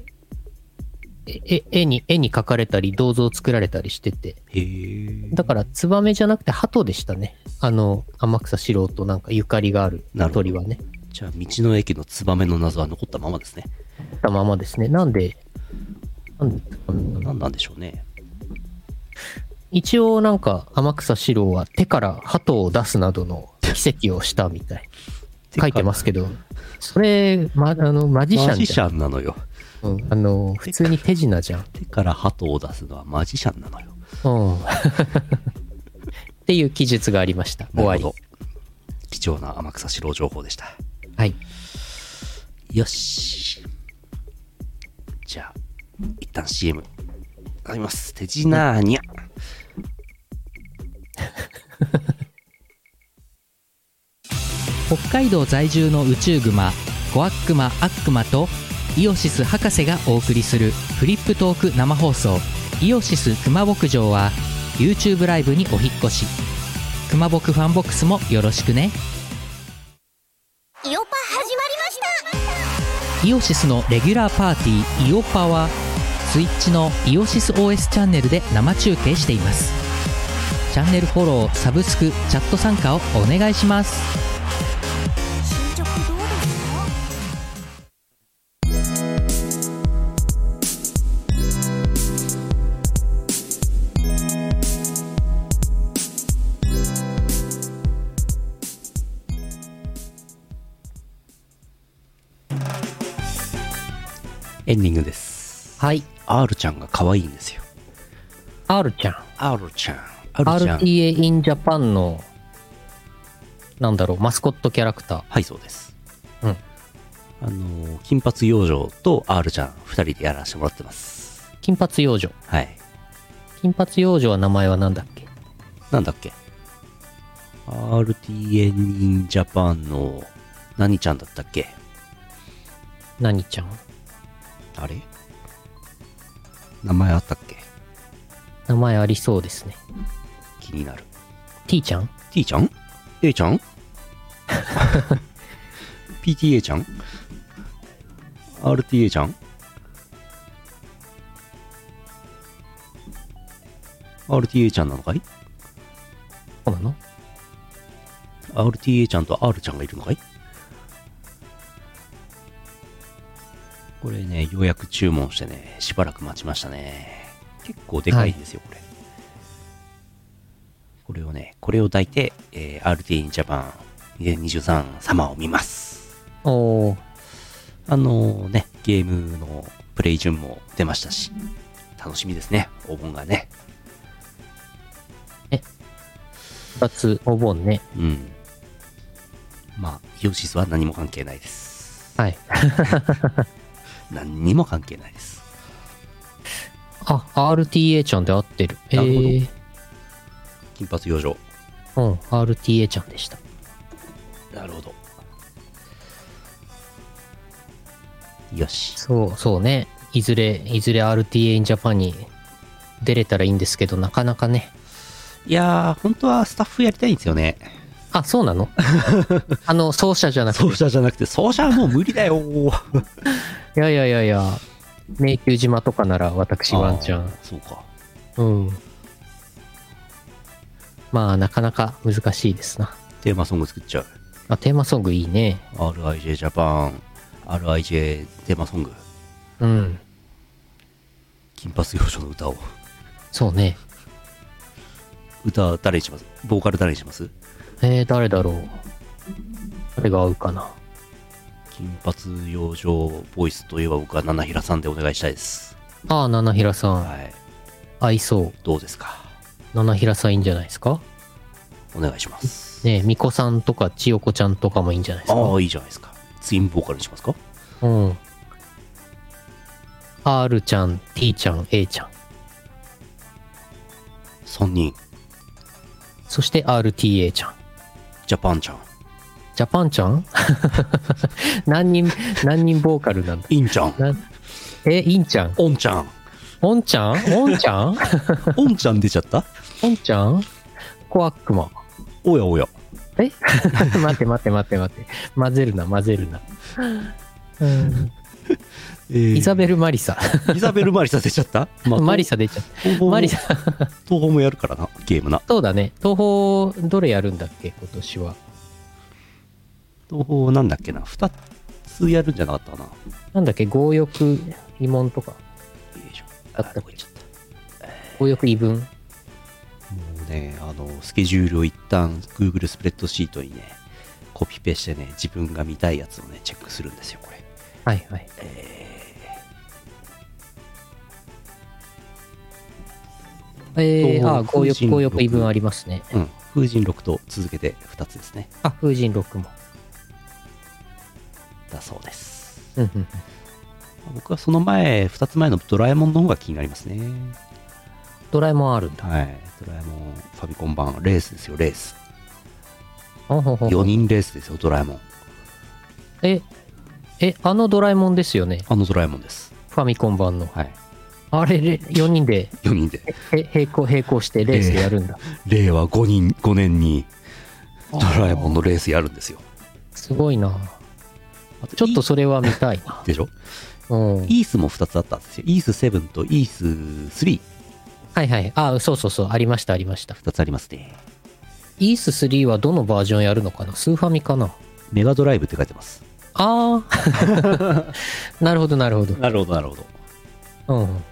S2: え、え絵に、絵に描かれたり、銅像作られたりしてて。
S1: へえ。
S2: だから、ツバメじゃなくて鳩でしたね。あの、天草四郎となんかゆかりがある
S1: なるほど
S2: 鳥はね。
S1: じゃあ、道の駅のツバメの謎は残ったままですね。
S2: たままですね。なんで、なんで
S1: 何なんでしょうね。
S2: 一応なんか天草四郎は手から鳩を出すなどの奇跡をした みたい。書いてますけど、それ、ま、あの、マジシャ
S1: マ
S2: ン
S1: ジ
S2: じ
S1: シ
S2: ゃん。
S1: ャンなのよ。
S2: うん、あの、普通に手品じゃん。うん。
S1: 手から鳩を出すのはマジシャンなのよ。
S2: っていう記述がありました。終
S1: な
S2: わ
S1: る
S2: り
S1: ほど。。貴重な天草四郎情報でした。
S2: はい。
S1: よし。じゃあ、一旦 CM。あります。手品にゃ。
S4: 北海道在住の宇宙グマコアックマアックマとイオシス博士がお送りするフリップトーク生放送「イオシス熊牧場」は YouTube ライブにお引っ越し熊牧ファンボックスもよろしくね
S5: イオパ始まりました
S4: イオシスのレギュラーパーティー「イオパ」はスイッチのイオシス OS チャンネルで生中継していますチャンネルフォローサブスクチャット参加をお願いします
S5: 進捗どうですか
S1: エンディングです。
S2: はい。
S1: R ちゃんが可愛いんですよ
S2: R ちゃん。
S1: R ちゃん R ちゃん
S2: RTA in Japan の、なんだろう、マスコットキャラクター。
S1: はいそうです
S2: うん
S1: あの金髪養女と R ちゃん2人でやらせてもらってます
S2: 金髪幼女。
S1: はい
S2: 金髪幼女は名前はなんだっけ
S1: なんだっけ RTA in Japan の何ちゃんだったっけ
S2: 何ちゃん
S1: あれ名前あったっけ
S2: 名前ありそうですね。
S1: 気になる
S2: T ちゃん
S1: T ちゃん ?A ちゃん ?PTA ちゃん ?RTA ちゃん ?RTA ちゃんなのかい
S2: そうなの
S1: ?RTA ちゃんと R ちゃんがいるのかいこれね、ようやく注文してね、しばらく待ちましたね。結構でかいんですよ、これ。これをね、これを抱いて、えー、RTA in Japan 2023様を見ます。
S2: おー、
S1: あのね、ゲームのプレイ順も出ましたし、楽しみですね、お盆がね。
S2: 二つお盆ね。
S1: うん。まあ、イオシスは何も関係ないです。
S2: はい。
S1: 何にも関係ないです。
S2: あ、RTA ちゃんで合ってる。え
S1: なるほど
S2: ー、
S1: 金髪養生。
S2: うん、RTA ちゃんでした。
S1: なるほど。よし。
S2: そう、そうね。いずれ、いずれ RTA in Japan に出れたらいいんですけど、なかなかね。
S1: いやー、本当はスタッフやりたいんですよね。
S2: あ、そうなのあの、奏者じゃなくて。
S1: 奏者じゃなくて、奏者はもう無理だよ ー。
S2: いやいやいやいや、迷宮島とかなら私ワンチャ
S1: あ
S2: ン
S1: ー。そうか。
S2: うん。まあ、なかなか難しいですな。
S1: テーマソング作っちゃう。
S2: あ、テーマソングいいね。
S1: RIJ ジャパン、RIJ テーマソング、
S2: うん。
S1: 金髪幼少の歌を。
S2: そうね。
S1: 歌誰にしますボーカル誰にします
S2: えー、誰だろう。誰が合うかな。
S1: 金髪養生ボイスといえば僕は七平さんでお願いしたいです。
S2: ああ、七平さん。
S1: はい。
S2: 合いそう。
S1: どうですか
S2: 七平さんいいんじゃないですか
S1: お願いします。
S2: ねえ、巫女さんとか千代子ちゃんとかもいいんじゃないです
S1: あ
S2: か
S1: あ、いいじゃないですか。ツインボーカルにしますか
S2: うん。R ちゃん、T ちゃん、A ちゃん。
S1: ?3 人、
S2: そして RTA ちゃん。
S1: ジャパンちゃん、
S2: ジャパンちゃん 何人、何人ボーカルなんだ
S1: インちゃん、
S2: なえ、インちゃん
S1: オンちゃん、
S2: オンちゃんオンちゃん
S1: オンちゃん出ちゃった
S2: オンちゃんコアックマン。
S1: おやおや。
S2: え 待って待って待って待って。混ぜるな、混ぜるな。うん
S1: えー
S2: イザベル・マリサ。
S1: イザベル・マリサ出ちゃっ た、ま
S2: マリサ出ちゃっ
S1: 東宝
S2: た。
S1: も
S2: マリサ、
S1: 東宝もやるからな、ゲームな。
S2: そうだね。東宝、どれやるんだっけ今年は。
S1: 東宝なんだっけな、2つやるんじゃなかったかな。よ
S2: なんだっけ強欲疑問とか。
S1: いしょ。
S2: あった
S1: こ行っちゃった。
S2: 強欲異文。
S1: もうね、あの、スケジュールを一旦 Google スプレッドシートにね、コピペしてね、自分が見たいやつをね、チェックするんですよ、これ。
S2: はいはい。えー、あー、強欲、強欲異文ありますね。
S1: うん。風神6と続けて2つですね。
S2: あ、風神6も。
S1: だそうです。
S2: うんうん。
S1: 僕はその前、2つ前のドラえもんの方が気になりますね。
S2: ドラえもんあるんだ。
S1: はい。ドラえもん、ファミコン版、レースですよ、レース。
S2: ほんほんほん
S1: 4人レースですよ、ドラえもん。
S2: え、え、あのドラえもんですよね。
S1: あのドラえもんです。
S2: ファミコン版の。
S1: はい。
S2: あれ、れ4人で
S1: 4人で。
S2: へ並行、並行してレースでやるんだ。
S1: 令和5人、5年に、ドラえもんのレースやるんですよ。
S2: すごいな。
S1: あと
S2: ちょっとそれは見たいな。
S1: でしょ
S2: うん。
S1: イースも2つあったんですよ。イース7とイース3。
S2: はいはい。あ、そうそうそう。ありました、ありました。
S1: 2つありますね。
S2: イース3はどのバージョンやるのかなスーファミかな
S1: メガドライブって書いてます。
S2: ああ。 なるほど、なるほど。
S1: なるほど、なるほど。
S2: うん。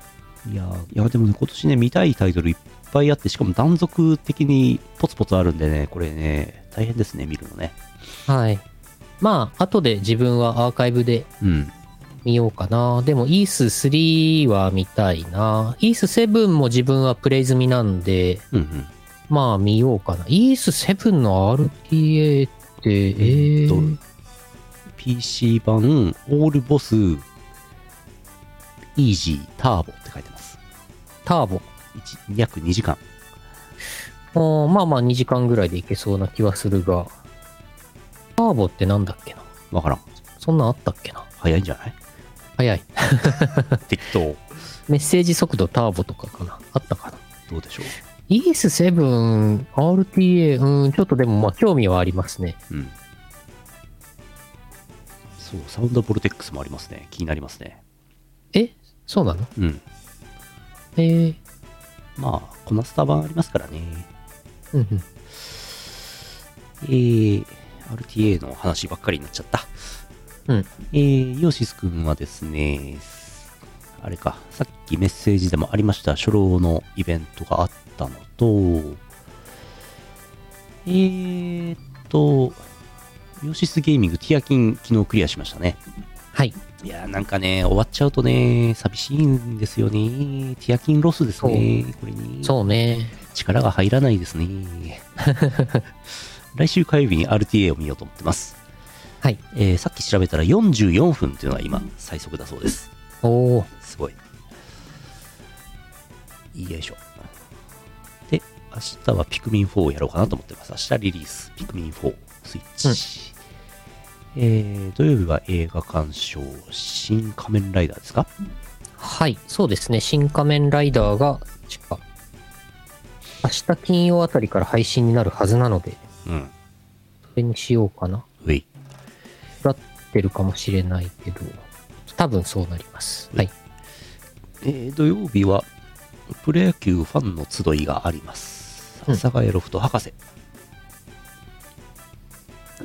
S1: いやーいやでもね、今年ね、見たいタイトルいっぱいあって、しかも断続的にポツポツあるんでね、これね、大変ですね、見るのね。
S2: はい。まあ、後で自分はアーカイブで
S1: うん。
S2: 見ようかな。でも、イース3は見たいな。イース7も自分はプレイ済みなんで、
S1: うんうん
S2: まあ見ようかな。イース7の RTA って、えー、
S1: と PC 版オールボスイージーターボって書いてます
S2: ターボ。
S1: 一約2時間
S2: おーまあまあ2時間ぐらいでいけそうな気はするが、ターボってなんだっけな。
S1: わからん
S2: そんなんあったっけな。
S1: 早いんじゃない
S2: 早い。
S1: 適当
S2: メッセージ速度ターボとかかな。あったかな。
S1: どうでしょ
S2: ES7、RTA、うん、ちょっとでもまあ興味はありますね。
S1: ううんそうサウンドボルテックスもありますね気になりますね
S2: えそうなの
S1: うん
S2: えー、
S1: まあこのスタ版ありますからね
S2: うんうん。
S1: えー RTA の話ばっかりになっちゃった
S2: うん
S1: えー、ヨシス君はですね、あれか、さっきメッセージでもありました、初老のイベントがあったのと、えーっと、ヨシスゲーミング、ティアキン、昨日クリアしましたね。
S2: はい。
S1: いやーなんかね、終わっちゃうとね、寂しいんですよね。ティアキンロスですね、これね。
S2: そうね。
S1: 力が入らないです ね。来週火曜日に RTA を見ようと思ってます。
S2: はい。
S1: えーさっき調べたら44分っていうのが今、最速だそうです。
S2: おお。
S1: すごい。よいしょ。で、明日はピクミン4をやろうかなと思ってます。明日リリース、ピクミン4、スイッチ。えー土曜日は映画鑑賞、新仮面ライダーですか
S2: はい。そうですね。新仮面ライダーが、確か、明日金曜あたりから配信になるはずなので、
S1: うん。
S2: それにしようかな。
S1: うい。
S2: なってるかもしれないけど、多分そうなります。はい。
S1: えー土曜日はプロ野球ファンの集いがあります。阿
S2: うん
S1: 佐ヶ谷ロフト博士。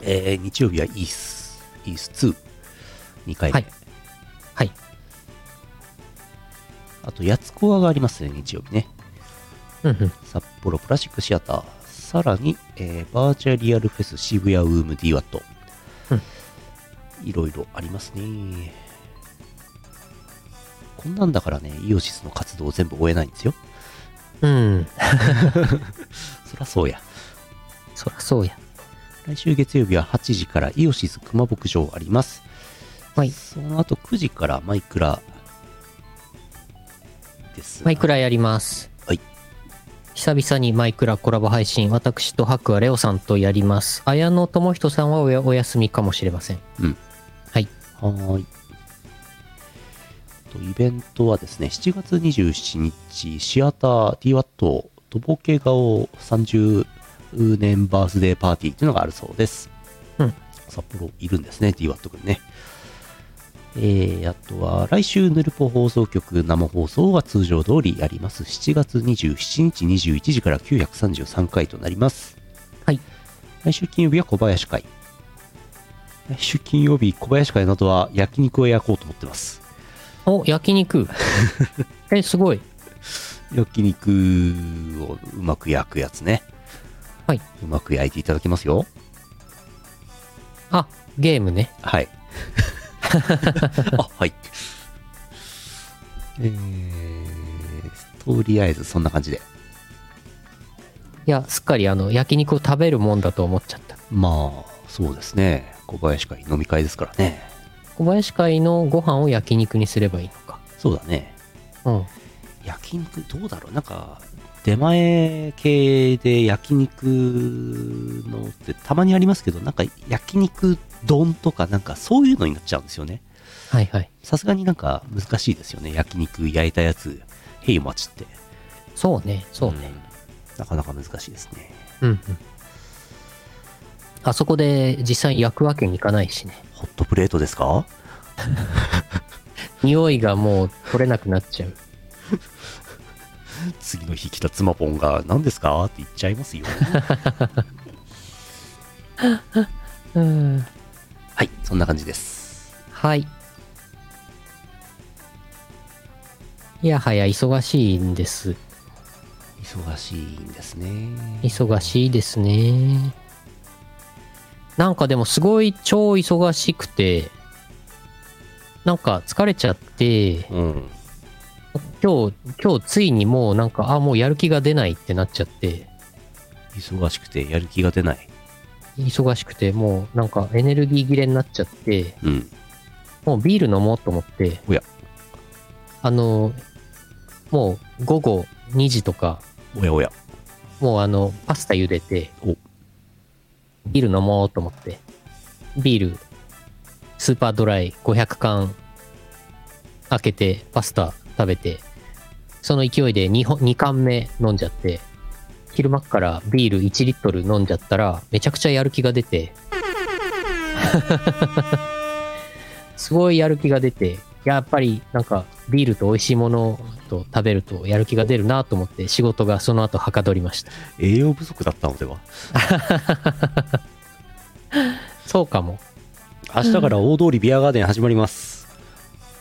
S1: えー日曜日はイース、イース2、2回目。
S2: はいはい。
S1: あと、やつこわがありますね、日曜日ね。
S2: うんうん。
S1: 札幌プラスチックシアター。さらに、えーバーチャリアルフェス渋谷ウーム DWAT
S2: うん。
S1: いろいろありますね。こんなんだからね、イオシスの活動を全部終えないんですよ。
S2: うん。
S1: そらそうや。
S2: そらそうや。
S1: 来週月曜日は8時からイオシス熊牧場あります。
S2: はい
S1: その後9時からマイクラです。
S2: マイクラやります。
S1: はい。
S2: 久々にマイクラコラボ配信、私とハクはレオさんとやります。綾野智人さんはおやお休みかもしれません。
S1: うん。
S2: はい。
S1: はーい。とイベントはですね、7月27日、シアター DWAT とぼけ顔30年バースデーパーティーっていうのがあるそうです。
S2: うん。
S1: 札幌いるんですね、DWAT 君ね。えー、あとは、来週、ヌルポ放送局生放送は通常通りやります。7月27日21時から933回となります。
S2: はい。
S1: 来週金曜日は小林会。来週金曜日、小林会などは焼肉を焼こうと思ってます。
S2: お、焼 肉。え、すごい。
S1: 焼肉をうまく焼くやつね。
S2: はいう
S1: まく焼いていただきますよ。
S2: あ、ゲームね。
S1: はい。あ、はい。えー、とりあえずそんな感じで。
S2: いや、すっかりあの、焼肉を食べるもんだと思っちゃった。
S1: まあ、そうですね。小林会飲み会ですからね。
S2: 小林会のご飯を焼肉にすればいいのか。
S1: そうだね。
S2: うん。
S1: 焼肉どうだろうなんか、出前系で焼肉のってたまにありますけど、なんか焼肉丼とかなんかそういうのになっちゃうんですよね。
S2: はいはい。
S1: さすがになんか難しいですよね。焼肉焼いたやつ、へいお待ちって。
S2: そうね、そうね。
S1: うんなかなか難しいですね。
S2: うん、うん。あそこで実際焼くわけにいかないしね。
S1: ホットプレートですか
S2: 匂いがもう取れなくなっちゃう。
S1: 次の日来た妻ポンが何ですかって言っちゃい ますよ。
S2: うん。
S1: はい、そんな感じです。
S2: はい。いやはや忙しいんです。
S1: 忙しいんですね。
S2: 忙しいですね。なんかでもすごい超忙しくて、なんか疲れちゃって、
S1: うん。
S2: 今日、今日ついにもうなんか、あ、もうやる気が出ないってなっちゃって、
S1: 忙しくてやる気が出ない。
S2: 忙しくて、もうなんかエネルギー切れになっちゃって、
S1: うん。
S2: もうビール飲もうと思って、
S1: おや
S2: あの、もう午後2時とか、
S1: おやおや。
S2: もうあの、パスタ茹でて
S1: お、
S2: ビール飲もうと思って、ビール、スーパードライ500缶開けて、パスタ食べて、その勢いで 2, 本2缶目飲んじゃって、昼間っからビール1リットル飲んじゃったら、めちゃくちゃやる気が出て、 すごいやる気が出て、やっぱりなんかビールと美味しいものと食べるとやる気が出るなと思って仕事がその後はかどりました。
S1: 栄養不足だったのでは
S2: そうかも。
S1: 明日から大通りビアガーデン始まります。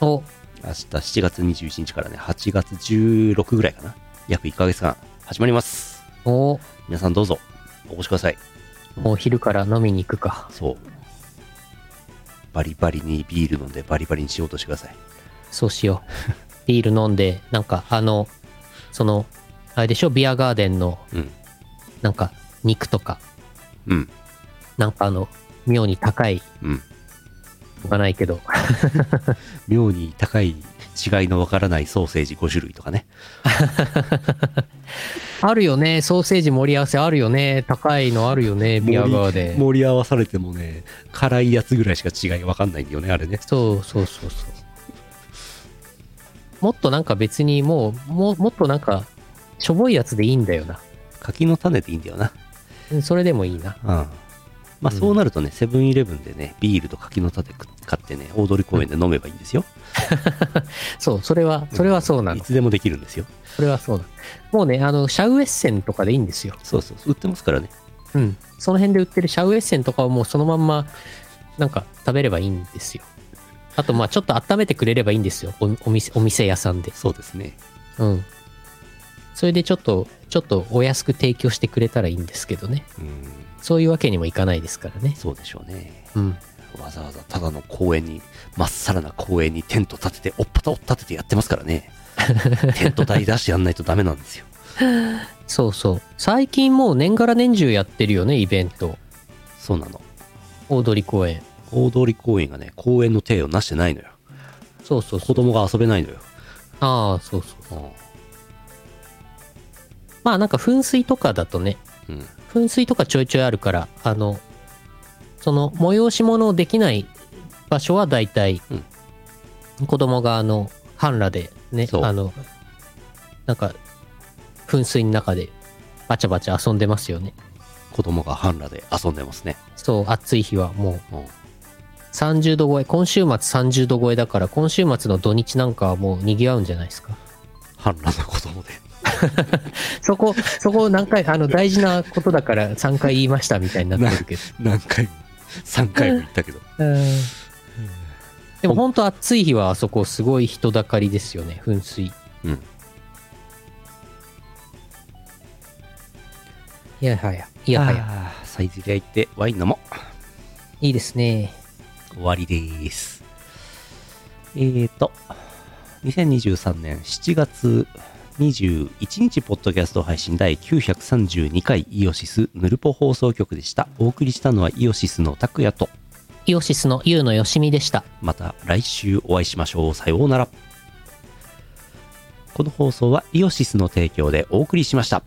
S2: お、
S1: 明日7月21日からね、8月16ぐらいかな。約1ヶ月間始まります。
S2: お、
S1: 皆さんどうぞお越しください。
S2: もう昼から飲みに行くか。
S1: そう。バリバリにビール飲んでバリバリに仕事してください。
S2: そうし よう。ビール飲んで、なんかあの、その、あれでしょ、ビアガーデンの、
S1: うん。
S2: なんか肉とか、
S1: うん。
S2: なんかあの、妙に高い、
S1: うん。
S2: とかないけど、
S1: 妙に高い違いのわからないソーセージ5種類とかね。
S2: あるよね、ソーセージ盛り合わせあるよね、高いのあるよね、ビアガーデン。
S1: 盛り合わされてもね、辛いやつぐらいしか違いわかんないんだよね、あれね。
S2: そうそうそうそう。もっとなんか別にもう、もうもっとなんか、しょぼいやつでいいんだよな。
S1: 柿の種でいいんだよな。
S2: うんそれでもいいな。
S1: うん。まあそうなるとね、セブンイレブンでね、ビールと柿の種食買ってね、大通公園で飲めばいいんですよ。
S2: そう、それは、それはそうなの
S1: い。つでもできるんですよ。
S2: それはそうなの。もうね、あの、シャウエッセンとかでいいんですよ。
S1: そうそうそう売ってますからね。
S2: うん。その辺で売ってるシャウエッセンとかをもうそのまんま、なんか食べればいいんですよ。あと、まあちょっと温めてくれればいいんですよ。おお店、お店屋さんで。
S1: そうですね。
S2: うん。それでちょっと、ちょっとお安く提供してくれたらいいんですけどね。
S1: うん。
S2: そういうわけにもいかないですからね。
S1: そうでしょうね。
S2: うん。
S1: わざわざただの公園に、まっさらな公園にテント立てて、おっぱたおっ立ててやってますから ね。テント代出してやんないとダメなんですよ。
S2: そうそう。最近もう年がら年中やってるよね、イベント。
S1: そうなの。
S2: 大通公園。
S1: 大通公園がね、公園の体をなしてないのよ。
S2: そうそうそ
S1: 子
S2: う。
S1: 供が遊べないのよ。
S2: ああ、そうそう。
S1: う
S2: まあなんか噴水とかだとね、
S1: ん。うん
S2: 噴水とかちょいちょいあるから、あの、その催し物できない場所は大体、子供があの、半裸でね、
S1: そう
S2: あの、なんか、噴水の中でバチャバチャ遊んでますよね。
S1: 子供が半裸で遊んでますね。
S2: そう、暑い日はもう
S1: うん。
S2: 30度超え、今週末30度超えだから、今週末の土日なんかはもう賑わうんじゃないですか。
S1: 半裸の子供で。
S2: そこ、そこ何回、あの、大事なことだから3回言いましたみたいになってるけど。
S1: 何回も、3回も言ったけど。
S2: でも本当暑い日はあそこすごい人だかりですよね、噴水。い
S1: うん。
S2: やはや、いやはや。
S1: あーサイゼリア行ってワイン飲もう。
S2: いいですね。
S1: 終わりです。えーと、2023年7月21日、ポッドキャスト配信第932回イオシスヌルポ放送局でした。お送りしたのはイオシスの拓也と、
S2: イオシスのユウのよしみでした。
S1: また来週お会いしましょう。さようなら。この放送はイオシスの提供でお送りしました。